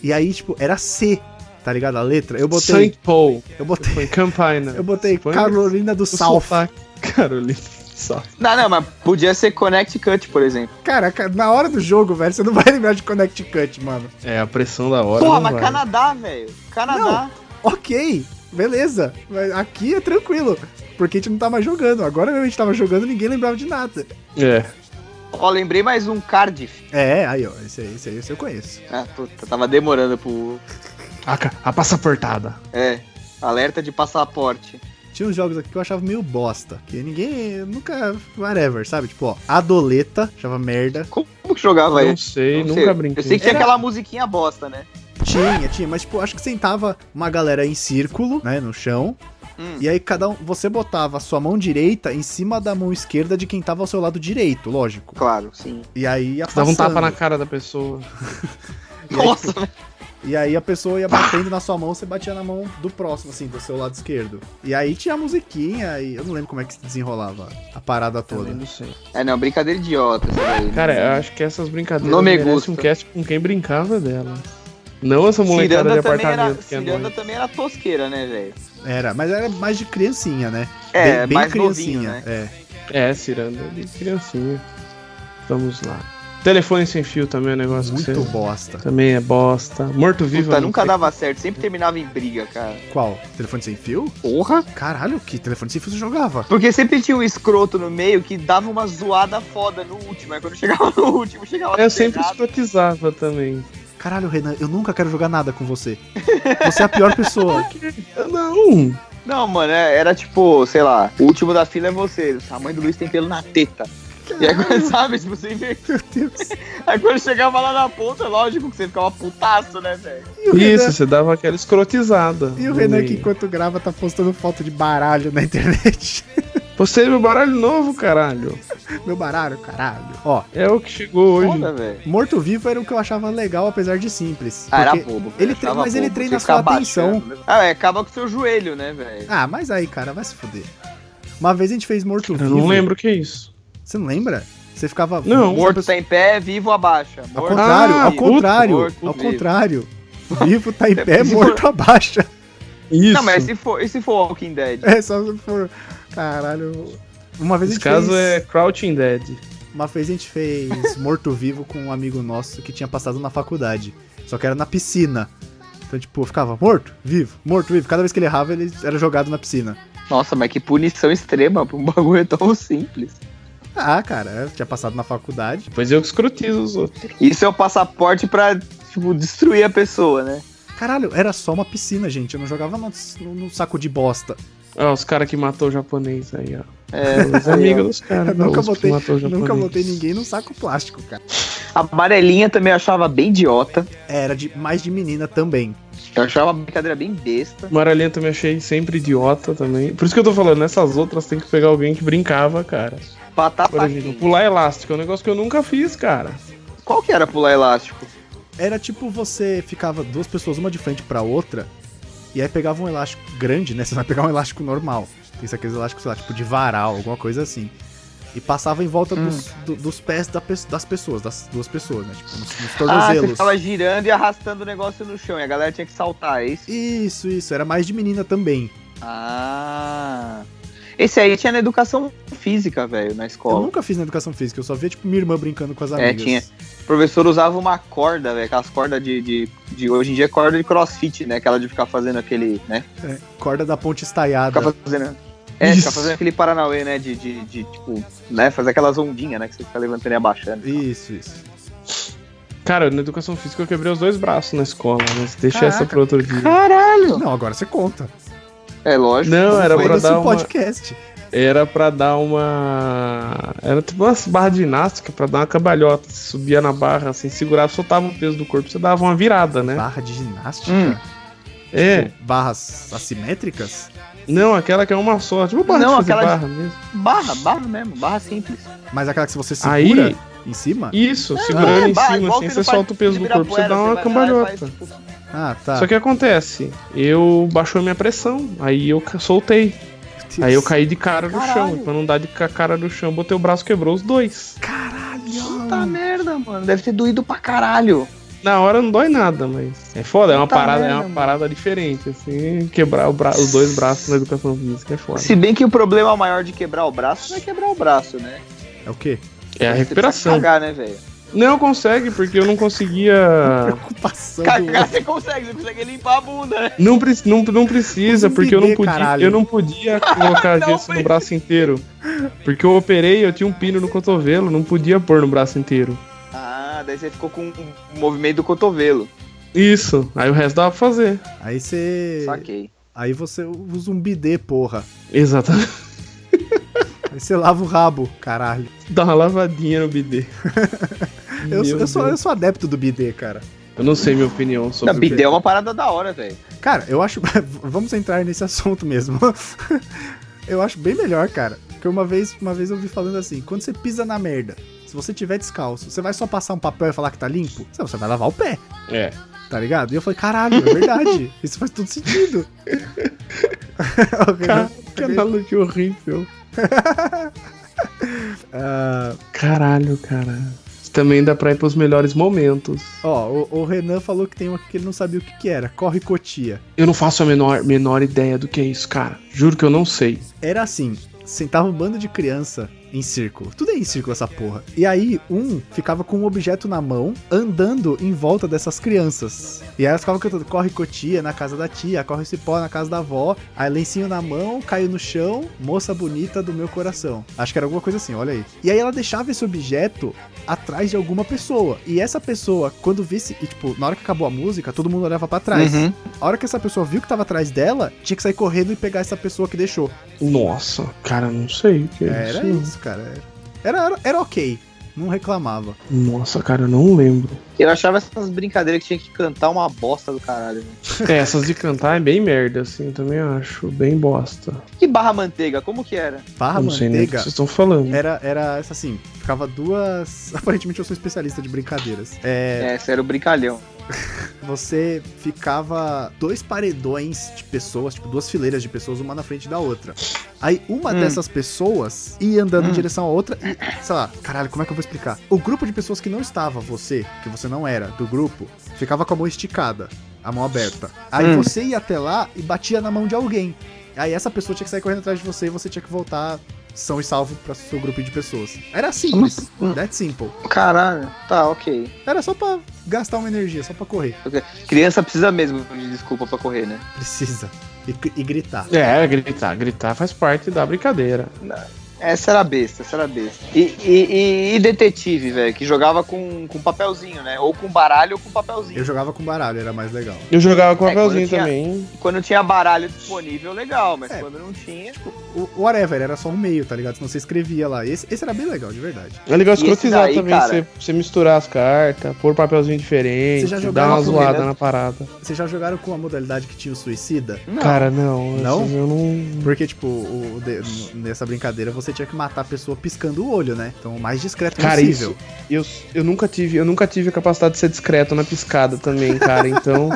Speaker 1: E aí, tipo, era C, tá ligado? A letra. Eu botei.
Speaker 2: St. Paul,
Speaker 1: Eu botei.
Speaker 2: foi Campina.
Speaker 1: Eu botei
Speaker 2: Põe
Speaker 1: Carolina do
Speaker 2: o
Speaker 1: South.
Speaker 2: sotaque. Carolina do South.
Speaker 3: Não, não, mas podia ser Connecticut, por exemplo.
Speaker 1: Cara, ca- na hora do jogo, velho, você não vai lembrar de Connecticut, mano.
Speaker 2: É, a pressão da hora.
Speaker 3: Porra,
Speaker 2: não
Speaker 3: mas
Speaker 2: vai.
Speaker 3: Canadá, velho. Canadá.
Speaker 1: Ok, beleza. Mas aqui é tranquilo. Porque a gente não tá mais jogando. Agora mesmo a gente tava jogando e ninguém lembrava de nada.
Speaker 2: É.
Speaker 3: Ó, lembrei mais um Cardiff.
Speaker 1: É, aí, ó. Esse aí, esse aí esse eu conheço.
Speaker 3: Ah, puta, tava demorando pro.
Speaker 2: A, ca- a passaportada.
Speaker 3: É. Alerta de passaporte.
Speaker 1: Tinha uns jogos aqui que eu achava meio bosta. Que ninguém. Nunca. Whatever, sabe? Tipo, ó. Adoleta. Achava merda.
Speaker 3: Como que jogava
Speaker 2: Não
Speaker 3: isso?
Speaker 2: sei,
Speaker 3: Não
Speaker 2: nunca
Speaker 3: sei.
Speaker 2: brinquei. É,
Speaker 3: Eu sei que tinha
Speaker 1: Era-
Speaker 3: aquela musiquinha bosta, né?
Speaker 1: Tinha, tinha. Mas, tipo, acho que sentava uma galera em círculo, né? No chão.
Speaker 3: Hum.
Speaker 1: E aí cada um. Você botava a sua mão direita em cima da mão esquerda de quem tava ao seu lado direito, lógico.
Speaker 3: Claro, sim.
Speaker 1: E aí ia
Speaker 2: Dava um
Speaker 1: passando.
Speaker 2: tapa na cara da pessoa.
Speaker 3: Nossa, velho.
Speaker 1: E aí a pessoa ia batendo na sua mão, você batia na mão do próximo, assim, do seu lado esquerdo. E aí tinha a musiquinha e eu não lembro como é que se desenrolava a parada
Speaker 2: Também
Speaker 1: toda.
Speaker 2: não sei.
Speaker 3: É, não, brincadeira idiota essa daí. né?
Speaker 2: Cara, eu acho que essas brincadeiras
Speaker 3: Não me
Speaker 2: merecem
Speaker 3: gusta.
Speaker 2: um cast com quem brincava dela. Não essa molecada
Speaker 3: Ciranda
Speaker 2: de
Speaker 3: também, era,
Speaker 2: apartamento que é
Speaker 3: Ciranda
Speaker 2: nóis.
Speaker 3: também era tosqueira, né, velho?
Speaker 1: Era, mas era mais de criancinha, né?
Speaker 3: É, mais novinho, né?
Speaker 1: É.
Speaker 2: É, Ciranda de criancinha. Vamos lá. Telefone sem fio também é um negócio que
Speaker 1: Muito
Speaker 2: você...
Speaker 1: bosta.
Speaker 2: Também é bosta. Morto-vivo...
Speaker 3: Puta,
Speaker 2: não
Speaker 3: nunca
Speaker 2: sei.
Speaker 3: dava certo, sempre terminava em briga, cara.
Speaker 1: Qual? Telefone sem fio?
Speaker 3: Porra!
Speaker 1: Caralho, que telefone sem fio você jogava?
Speaker 3: Porque sempre tinha um escroto no meio que dava uma zoada foda no último. Aí quando chegava no último, chegava
Speaker 2: Eu sempre
Speaker 3: ferrado.
Speaker 2: escrotizava também.
Speaker 1: Caralho, Renan, eu nunca quero jogar nada com você. Você é a pior pessoa.
Speaker 2: Eu não!
Speaker 3: Não, mano, é- era tipo, sei lá, o último da fila é você. A mãe do Luiz tem pelo na teta. E agora, sabe, tipo, você invertia.
Speaker 1: Meu Deus.
Speaker 3: Aí quando chegava lá na ponta, lógico que você ficava putaço, né, velho?
Speaker 1: E o
Speaker 2: Isso,
Speaker 1: Renan-
Speaker 2: você dava aquela escrotizada.
Speaker 1: E o
Speaker 2: no
Speaker 1: Renan,
Speaker 2: meio.
Speaker 1: que enquanto grava, tá postando foto de baralho na internet.
Speaker 2: Você teve um baralho novo, caralho.
Speaker 1: Meu baralho, caralho. Ó,
Speaker 2: É o que chegou hoje.
Speaker 3: Foda, velho.
Speaker 1: morto-vivo era o que eu achava legal, apesar de simples.
Speaker 3: Ah, era
Speaker 1: porque-
Speaker 3: bobo.
Speaker 1: ele
Speaker 3: eu
Speaker 1: treina-
Speaker 3: achava
Speaker 1: mas ele
Speaker 3: bobo,
Speaker 1: treina
Speaker 3: você
Speaker 1: a sua
Speaker 3: ficar
Speaker 1: atenção.
Speaker 3: baixando. Ah, é, acaba com o seu joelho, né, velho?
Speaker 1: Ah, mas aí, cara, vai se fuder. Uma vez a gente fez
Speaker 2: Eu
Speaker 1: morto-vivo.
Speaker 2: não lembro o que é isso.
Speaker 1: Você não lembra? Você ficava.
Speaker 2: Não.
Speaker 1: Essa
Speaker 3: Morto
Speaker 1: pessoa-
Speaker 3: tá em pé, vivo abaixa.
Speaker 1: Ao
Speaker 3: Morto
Speaker 1: contrário,
Speaker 2: Ah,
Speaker 1: ao
Speaker 3: vivo.
Speaker 2: puta,
Speaker 1: contrário,
Speaker 3: morto
Speaker 1: ao
Speaker 3: vivo.
Speaker 1: contrário. Vivo tá em pé,
Speaker 3: Se
Speaker 1: morto abaixa.
Speaker 2: Isso.
Speaker 3: Não, mas e se for, e se for Walking Dead?
Speaker 1: É só se for. Caralho. Uma vez a
Speaker 2: Esse
Speaker 1: gente
Speaker 2: caso
Speaker 1: fez...
Speaker 2: é Crouching Dead.
Speaker 1: Uma vez a gente fez morto-vivo com um amigo nosso que tinha passado na faculdade. Só que era na piscina. Então, tipo, ficava morto, vivo, morto, vivo. Cada vez que ele errava, ele era jogado na piscina.
Speaker 3: Nossa, mas que punição extrema pra um bagulho tão simples.
Speaker 1: Ah, cara, eu tinha passado na faculdade.
Speaker 2: Depois eu que escrotizo os outros.
Speaker 3: Isso é o passaporte pra, tipo, destruir a pessoa, né?
Speaker 1: Caralho, era só uma piscina, gente. Eu não jogava no, no- no saco de bosta.
Speaker 2: Ó, Ah, os caras que matou o japonês aí, ó.
Speaker 3: É,
Speaker 2: Os
Speaker 3: aí,
Speaker 2: amigos
Speaker 3: ó.
Speaker 2: dos caras.
Speaker 1: Eu nunca
Speaker 2: É, os que
Speaker 1: botei-
Speaker 2: matou o
Speaker 1: Nunca
Speaker 2: japonês.
Speaker 1: botei ninguém num saco plástico, cara.
Speaker 3: A amarelinha também eu achava bem idiota.
Speaker 1: Era de mais de menina também.
Speaker 3: Eu achava uma brincadeira bem besta.
Speaker 2: Maralhinha também achei sempre idiota também. Por isso que eu tô falando, nessas outras tem que pegar alguém que brincava, cara.
Speaker 3: Patá
Speaker 2: Por exemplo, pular elástico é um negócio que eu nunca fiz, cara.
Speaker 3: Qual que era pular elástico?
Speaker 1: Era tipo você ficava duas pessoas, uma de frente pra outra, e aí pegava um elástico grande, né? Você não vai pegar um elástico normal. Tem aqueles elásticos, sei lá, tipo de varal, alguma coisa assim. E passava em volta
Speaker 3: Hum.
Speaker 1: dos, do- dos pés da pe- das pessoas, das duas pessoas, né? Tipo, nos, nos
Speaker 3: Ah, você
Speaker 1: tornozelos.
Speaker 3: ficava girando e arrastando o negócio no chão e a galera tinha que saltar, é isso?
Speaker 1: Isso, isso. Era mais de menina também.
Speaker 3: Ah. Esse aí tinha na educação física, velho,
Speaker 1: Eu
Speaker 3: na
Speaker 2: Hum?
Speaker 3: escola.
Speaker 1: nunca fiz na educação física, eu só via, tipo, minha irmã brincando com as
Speaker 3: É,
Speaker 1: amigas.
Speaker 3: tinha. O professor usava uma corda, velho, aquelas cordas de, de, de- Hoje em dia é corda de crossfit, né? Aquela de ficar fazendo aquele. né?
Speaker 1: É, corda da ponte estaiada.
Speaker 3: Ficar fazendo. É,
Speaker 2: Ah, tá. Isso.
Speaker 3: ficar fazendo aquele Paranauê, né? De, de, de, tipo, né? Fazer aquelas ondinhas, né? Que você fica levantando e abaixando.
Speaker 1: Isso, isso.
Speaker 2: Cara, na educação física eu quebrei os dois braços na escola, mas deixa
Speaker 1: Caraca.
Speaker 2: essa pra outro dia.
Speaker 3: Caralho!
Speaker 1: Não, agora você conta.
Speaker 3: É lógico.
Speaker 2: Não, era
Speaker 1: Foi
Speaker 2: pra
Speaker 1: nesse
Speaker 2: dar uma.
Speaker 1: podcast.
Speaker 2: Era pra dar uma. Era tipo uma barra de ginástica pra dar uma cambalhota. Você subia na barra, assim, segurava, soltava o peso do corpo, você dava uma virada, né?
Speaker 3: Ah,
Speaker 1: Barra de ginástica.
Speaker 3: Hum.
Speaker 2: É.
Speaker 1: Barras assimétricas?
Speaker 2: Não, aquela que é uma só. Tipo barra
Speaker 3: Não,
Speaker 2: de fazer
Speaker 3: aquela de-
Speaker 2: barra mesmo.
Speaker 3: Barra, barra mesmo, barra simples.
Speaker 1: Mas aquela que se você
Speaker 2: Aí,
Speaker 1: segura em cima?
Speaker 2: isso, segurando em
Speaker 3: barra,
Speaker 2: cima,
Speaker 3: é igual
Speaker 2: assim,
Speaker 3: que
Speaker 2: você
Speaker 3: no parque
Speaker 2: solta o peso
Speaker 3: de
Speaker 2: do corpo, você
Speaker 3: Ibirapuera,
Speaker 2: dá uma
Speaker 3: vai lá e
Speaker 2: cambalhota.
Speaker 3: faz, tipo,
Speaker 1: Ah, tá.
Speaker 2: Só que acontece, eu baixou minha pressão, aí eu ca- soltei. Aí eu caí de cara no chão.
Speaker 3: Caralho.
Speaker 2: e Pra não dar de ca- cara no chão, botei o braço, quebrou os dois.
Speaker 3: Puta merda, mano. Deve ter doído pra caralho.
Speaker 2: Na hora não dói nada, mas é foda, é uma
Speaker 3: Puta
Speaker 1: Tá
Speaker 2: parada, é
Speaker 3: merda,
Speaker 2: uma
Speaker 3: mano.
Speaker 2: parada diferente, assim, quebrar o bra- os dois braços na educação física é foda.
Speaker 3: Se bem que o problema maior de quebrar o braço não é quebrar o braço, né?
Speaker 1: É o quê?
Speaker 2: É a
Speaker 3: Você precisa
Speaker 2: recuperação.
Speaker 3: Cagar, né, velho?
Speaker 2: Não consegue porque eu não conseguia,
Speaker 1: Preocupação do
Speaker 3: Cagar
Speaker 1: outro.
Speaker 3: você consegue, você consegue limpar a bunda, né?
Speaker 2: não, pre- não, não precisa
Speaker 1: Um
Speaker 2: porque eu não
Speaker 1: bidê,
Speaker 2: podia,
Speaker 1: caralho.
Speaker 2: eu não podia colocar
Speaker 3: Não
Speaker 2: gesso no
Speaker 3: precisa.
Speaker 2: braço inteiro. Porque eu operei, eu tinha um pino no cotovelo, não podia pôr no braço inteiro.
Speaker 3: Ah, daí você ficou com o movimento do cotovelo.
Speaker 2: Isso, aí o resto dava pra fazer.
Speaker 1: Aí você.
Speaker 3: Saquei.
Speaker 1: Aí você usa um bidê, porra.
Speaker 2: Exatamente.
Speaker 1: Aí você lava o rabo, caralho.
Speaker 2: Dá uma lavadinha no bidê.
Speaker 1: Eu,
Speaker 2: Meu
Speaker 1: eu sou,
Speaker 2: Deus.
Speaker 1: eu sou adepto do bidê, cara.
Speaker 2: Eu não sei minha opinião
Speaker 3: Não,
Speaker 2: sobre
Speaker 3: bidê é uma parada da hora, velho.
Speaker 1: Cara, eu acho. Vamos entrar nesse assunto mesmo. eu acho bem melhor, cara. Porque uma vez, uma vez eu vi falando assim: quando você pisa na merda, se você tiver descalço, você vai só passar um papel e falar que tá limpo? Não, você vai lavar o pé,
Speaker 2: É.
Speaker 1: tá ligado? E eu falei: caralho, é verdade. Isso faz todo sentido. O Renan-
Speaker 2: Cara, é. que analogia horrível.
Speaker 1: Ah,
Speaker 2: Caralho, cara. Isso Também dá pra ir pros melhores momentos.
Speaker 1: ó, o, o Renan falou que tem um aqui que ele não sabia o que, que era. Corre Cotia.
Speaker 2: Eu não faço a menor, menor ideia do que é isso, cara. Juro que eu não sei.
Speaker 1: Era assim, sentava um bando de criança em círculo. Tudo é em círculo essa porra. E aí, um ficava com um objeto na mão, andando em volta dessas crianças. E aí elas ficavam cantando, corre cotia na casa da tia, corre cipó na casa da avó, aí lencinho na mão, caiu no chão, moça bonita do meu coração. Acho que era alguma coisa assim, olha aí. E aí ela deixava esse objeto atrás de alguma pessoa. E essa pessoa, quando visse, e tipo, na hora que acabou a música, todo mundo olhava pra trás.
Speaker 3: Uhum.
Speaker 1: A hora que essa pessoa viu que tava atrás dela, tinha que sair correndo e pegar essa pessoa que deixou.
Speaker 2: Nossa, cara, não sei o que é
Speaker 1: Era
Speaker 2: isso.
Speaker 1: isso, cara. Era, era, era ok. Não reclamava.
Speaker 2: Nossa, cara, eu não lembro.
Speaker 3: Eu achava essas brincadeiras que tinha que cantar uma bosta do caralho. né? velho.
Speaker 2: É, essas de cantar é bem merda, assim, eu também acho. Bem bosta.
Speaker 3: E barra manteiga, como que era?
Speaker 1: Barra
Speaker 2: não sei nem o que
Speaker 1: manteiga
Speaker 2: vocês estão falando.
Speaker 1: era, era essa assim. Ficava duas. Aparentemente eu sou um especialista de brincadeiras. É,
Speaker 3: É, esse era o brincalhão.
Speaker 1: Você ficava dois paredões de pessoas, tipo duas fileiras de pessoas, uma na frente da outra. Aí uma
Speaker 2: Hum.
Speaker 1: dessas pessoas ia andando em
Speaker 2: Hum.
Speaker 1: direção à outra e, sei lá, caralho, como é que eu vou explicar? O grupo de pessoas que não estava, você, que você não era do grupo, ficava com a mão esticada, a mão aberta. Aí
Speaker 2: Hum.
Speaker 1: você ia até lá e batia na mão de alguém. Aí essa pessoa tinha que sair correndo atrás de você e você tinha que voltar são e salvo para seu grupo de pessoas. Era
Speaker 2: assim?
Speaker 1: simples,
Speaker 3: Hum.
Speaker 1: that simple.
Speaker 3: Caralho, tá, ok.
Speaker 1: Era só pra gastar uma energia, só pra correr.
Speaker 3: Criança precisa mesmo de desculpa pra correr, né?
Speaker 1: Precisa. E, gr- e gritar.
Speaker 2: É, gritar. Gritar faz parte da brincadeira.
Speaker 3: Essa era besta, essa era besta. E, e- e- e detetive, velho, que jogava com, com papelzinho, né? Ou com baralho ou com papelzinho.
Speaker 1: Eu jogava com baralho, era mais legal.
Speaker 2: Eu jogava com o
Speaker 3: É, quando
Speaker 2: papelzinho
Speaker 3: tinha-
Speaker 2: também.
Speaker 3: Quando tinha baralho disponível, legal, mas
Speaker 1: É.
Speaker 3: quando não tinha.
Speaker 1: O whatever, era só um meio, tá ligado? Senão você escrevia lá. Esse, esse era bem legal, de verdade.
Speaker 2: É legal
Speaker 3: E esse
Speaker 2: escrotizar
Speaker 3: daí,
Speaker 2: também,
Speaker 3: cara?
Speaker 2: você, você misturar as cartas, pôr papelzinho
Speaker 1: Você
Speaker 2: diferente,
Speaker 1: já
Speaker 2: dar
Speaker 1: jogava
Speaker 2: uma
Speaker 1: com
Speaker 2: zoada
Speaker 3: ele, né?
Speaker 2: na parada.
Speaker 1: Vocês já jogaram com a modalidade que tinha o suicida?
Speaker 3: Não.
Speaker 2: Cara, não.
Speaker 1: Não?
Speaker 2: essas Eu não.
Speaker 1: Porque, tipo, o- o de- n- nessa brincadeira você tinha que matar a pessoa piscando o olho, né? Então, o mais discreto
Speaker 2: Cara,
Speaker 1: possível.
Speaker 2: Eu, eu nunca tive, eu nunca tive a capacidade de ser discreto na piscada também, cara. Então,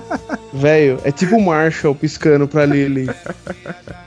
Speaker 2: velho, é tipo o Marshall piscando pra Lily.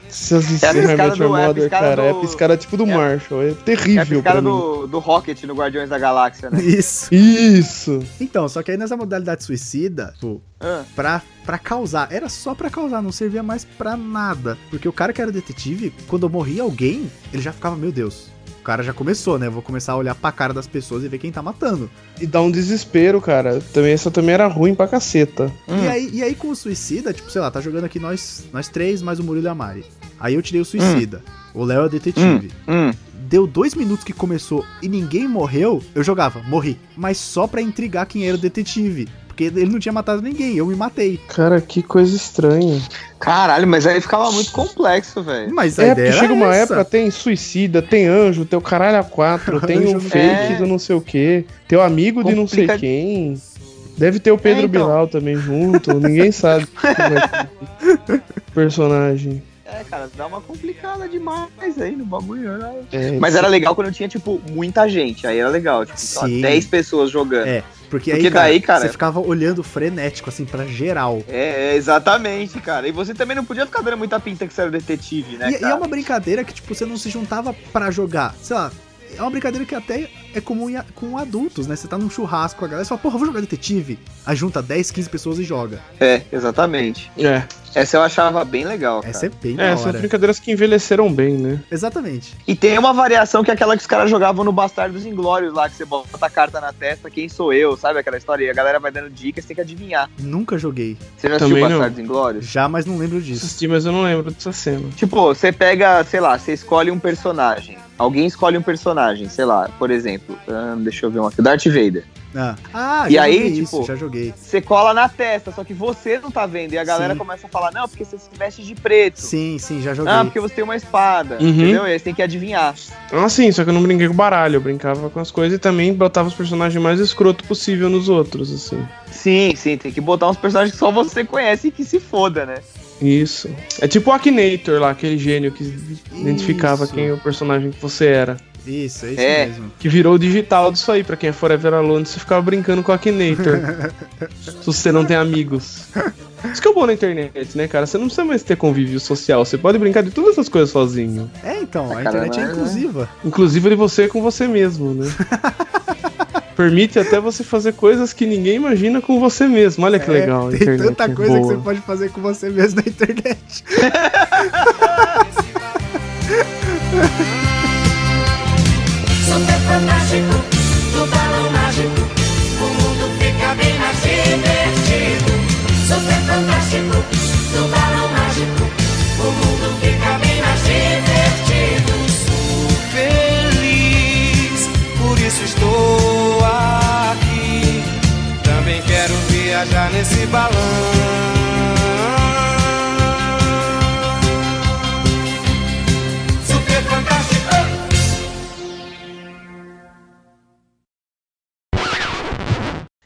Speaker 2: Essas
Speaker 3: É a
Speaker 2: How I
Speaker 3: piscada
Speaker 2: Met Your
Speaker 3: do- é a
Speaker 2: Mother,
Speaker 3: piscada
Speaker 2: cara, é a
Speaker 3: do-
Speaker 2: piscada tipo do
Speaker 3: é a-
Speaker 2: Marshall, é
Speaker 3: É
Speaker 2: terrível
Speaker 3: a
Speaker 2: pra
Speaker 3: piscada
Speaker 2: mim.
Speaker 3: do, do Rocket no Guardiões da Galáxia, né?
Speaker 1: Isso.
Speaker 2: Isso.
Speaker 1: Então, só que aí nessa modalidade suicida, tipo,
Speaker 3: Ah,
Speaker 1: pra, pra causar. Era só pra causar, não servia mais pra nada. Porque o cara que era detetive, quando morria alguém, ele já ficava, meu Deus. O cara já começou, né? Eu vou começar a olhar pra cara das pessoas e ver quem tá matando.
Speaker 2: E dá um desespero, cara. Também essa também era ruim pra caceta.
Speaker 1: E, aí, e aí com o suicida, tipo, sei lá, tá jogando aqui nós, nós três, mais o Murilo e a Mari. Aí eu tirei o suicida. O Léo é o detetive.
Speaker 3: hum.
Speaker 1: Deu dois minutos que começou e ninguém morreu, eu jogava, morri. Mas só pra intrigar quem era o detetive. Porque ele não tinha matado ninguém, eu me matei.
Speaker 2: Cara, que coisa estranha.
Speaker 3: Caralho, mas aí ficava muito complexo, velho.
Speaker 1: Mas a
Speaker 2: É,
Speaker 1: ideia
Speaker 2: porque
Speaker 1: era
Speaker 2: chega uma
Speaker 1: essa.
Speaker 2: época, tem suicida, tem anjo, tem o caralho a quatro, tem
Speaker 1: Anjo
Speaker 2: o
Speaker 1: não
Speaker 2: fake
Speaker 3: é.
Speaker 2: do não sei o quê, tem o amigo de não sei
Speaker 3: Complica-
Speaker 2: quem. Deve ter o Pedro
Speaker 3: É, então.
Speaker 2: Bilal também junto, ninguém sabe. como é que- Personagem.
Speaker 3: É, cara, dá uma complicada demais aí no bagulho, né?
Speaker 2: É,
Speaker 3: Mas era legal quando tinha, tipo, muita gente. Aí era legal, tipo, sei lá,
Speaker 1: Sim.
Speaker 3: 10 pessoas jogando.
Speaker 1: É.
Speaker 3: É,
Speaker 1: Porque, aí,
Speaker 3: Porque daí, cara-
Speaker 1: você ficava olhando frenético, assim, pra geral.
Speaker 3: é, exatamente, cara. E você também não podia ficar dando muita pinta que você era detetive, né,
Speaker 1: E- e,
Speaker 3: cara?
Speaker 1: é uma brincadeira que, tipo, você não se juntava pra jogar. Sei lá, é uma brincadeira que até é comum em a- com adultos, né? Você tá num churrasco com a galera e fala, porra, vou jogar detetive. Aí junta 10, 15 pessoas e joga.
Speaker 3: É, exatamente.
Speaker 2: É,
Speaker 3: Essa eu achava bem legal, cara.
Speaker 1: Essa é bem
Speaker 2: é
Speaker 1: da
Speaker 2: são
Speaker 1: hora.
Speaker 2: brincadeiras que envelheceram bem, né?
Speaker 1: Exatamente.
Speaker 3: E tem uma variação que é aquela que os caras jogavam no Bastardos Inglórios lá, que você bota a carta na testa, quem sou eu, sabe aquela história? E a galera vai dando dicas, tem que adivinhar.
Speaker 1: Nunca joguei.
Speaker 3: Você já assistiu
Speaker 2: Também não.
Speaker 3: Bastardos Inglórios?
Speaker 1: Já, mas não lembro disso.
Speaker 2: Assisti, mas eu não lembro dessa cena.
Speaker 3: Tipo, você pega, sei lá, você escolhe um personagem. Alguém escolhe um personagem, sei lá, por exemplo, ahn, deixa eu ver um aqui, Darth Vader.
Speaker 1: Ah, ah,
Speaker 3: E
Speaker 1: já
Speaker 3: aí,
Speaker 1: joguei
Speaker 3: tipo-
Speaker 1: isso, já joguei.
Speaker 3: Você cola na testa, só que você não tá vendo. E a galera
Speaker 1: Sim.
Speaker 3: começa a falar, não, porque você se veste de preto.
Speaker 1: Sim, sim, já joguei.
Speaker 3: Ah, porque você tem uma espada,
Speaker 2: Uhum.
Speaker 3: entendeu? E aí você tem que adivinhar.
Speaker 2: Ah, sim, só que eu não brinquei com baralho, eu brincava com as coisas e também botava os personagens mais escroto possível nos outros, assim.
Speaker 3: Sim, sim, tem que botar uns personagens que só você conhece e que se foda, né?
Speaker 2: Isso. É tipo o Akinator lá, aquele gênio que identificava
Speaker 1: Isso.
Speaker 2: quem é o personagem que você era.
Speaker 1: Isso, é isso
Speaker 3: É.
Speaker 1: mesmo.
Speaker 2: Que virou o digital disso aí, pra quem é Forever Alone, você ficava brincando com o Akinator. se você não tem amigos. Isso que é o bom na internet, né, cara? Você não precisa mais ter convívio social, você pode brincar de todas essas coisas sozinho.
Speaker 1: É, então, a
Speaker 3: Ah, cara,
Speaker 1: internet é
Speaker 3: mas-
Speaker 1: inclusiva.
Speaker 2: Inclusive de você com você mesmo, né? Permite até você fazer coisas que ninguém imagina com você mesmo. Olha que
Speaker 1: É,
Speaker 2: legal. a
Speaker 1: Tem
Speaker 2: internet
Speaker 1: tanta
Speaker 2: é
Speaker 1: coisa que
Speaker 2: boa.
Speaker 1: você pode fazer com você mesmo na internet.
Speaker 6: Super fantástico, no balão mágico, o mundo fica bem mais divertido. Super fantástico, no balão mágico, o mundo fica bem mais divertido.
Speaker 7: feliz, por isso estou aqui. Também quero viajar nesse balão.
Speaker 6: Super fantástico.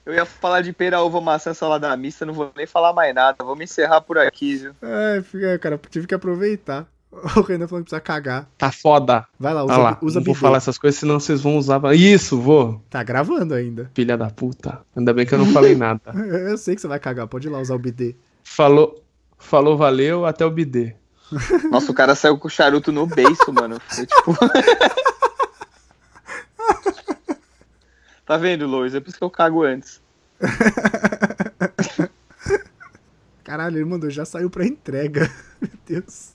Speaker 3: ia falar de pera, uva, maçã, salada mista, não vou nem falar mais nada. Vamos encerrar por aqui, viu?
Speaker 1: É, fica- cara, tive que aproveitar. O Renan falando que precisa cagar.
Speaker 2: Tá foda.
Speaker 1: Vai lá, usa,
Speaker 2: Ah lá,
Speaker 1: usa
Speaker 2: não vou
Speaker 1: bidê.
Speaker 2: falar essas coisas, senão vocês vão usar. Isso, vou.
Speaker 1: Tá gravando ainda.
Speaker 2: Filha da puta. Ainda bem que eu não falei nada.
Speaker 1: Eu sei que você vai cagar, pode ir lá usar o BD.
Speaker 2: Falou, falou, valeu, até o BD.
Speaker 3: Nossa, o cara saiu com o charuto no beiço, mano. Foi tipo. tá vendo, Lois? É por isso que eu cago antes.
Speaker 1: Caralho, ele mandou, já saiu pra entrega. Meu Deus.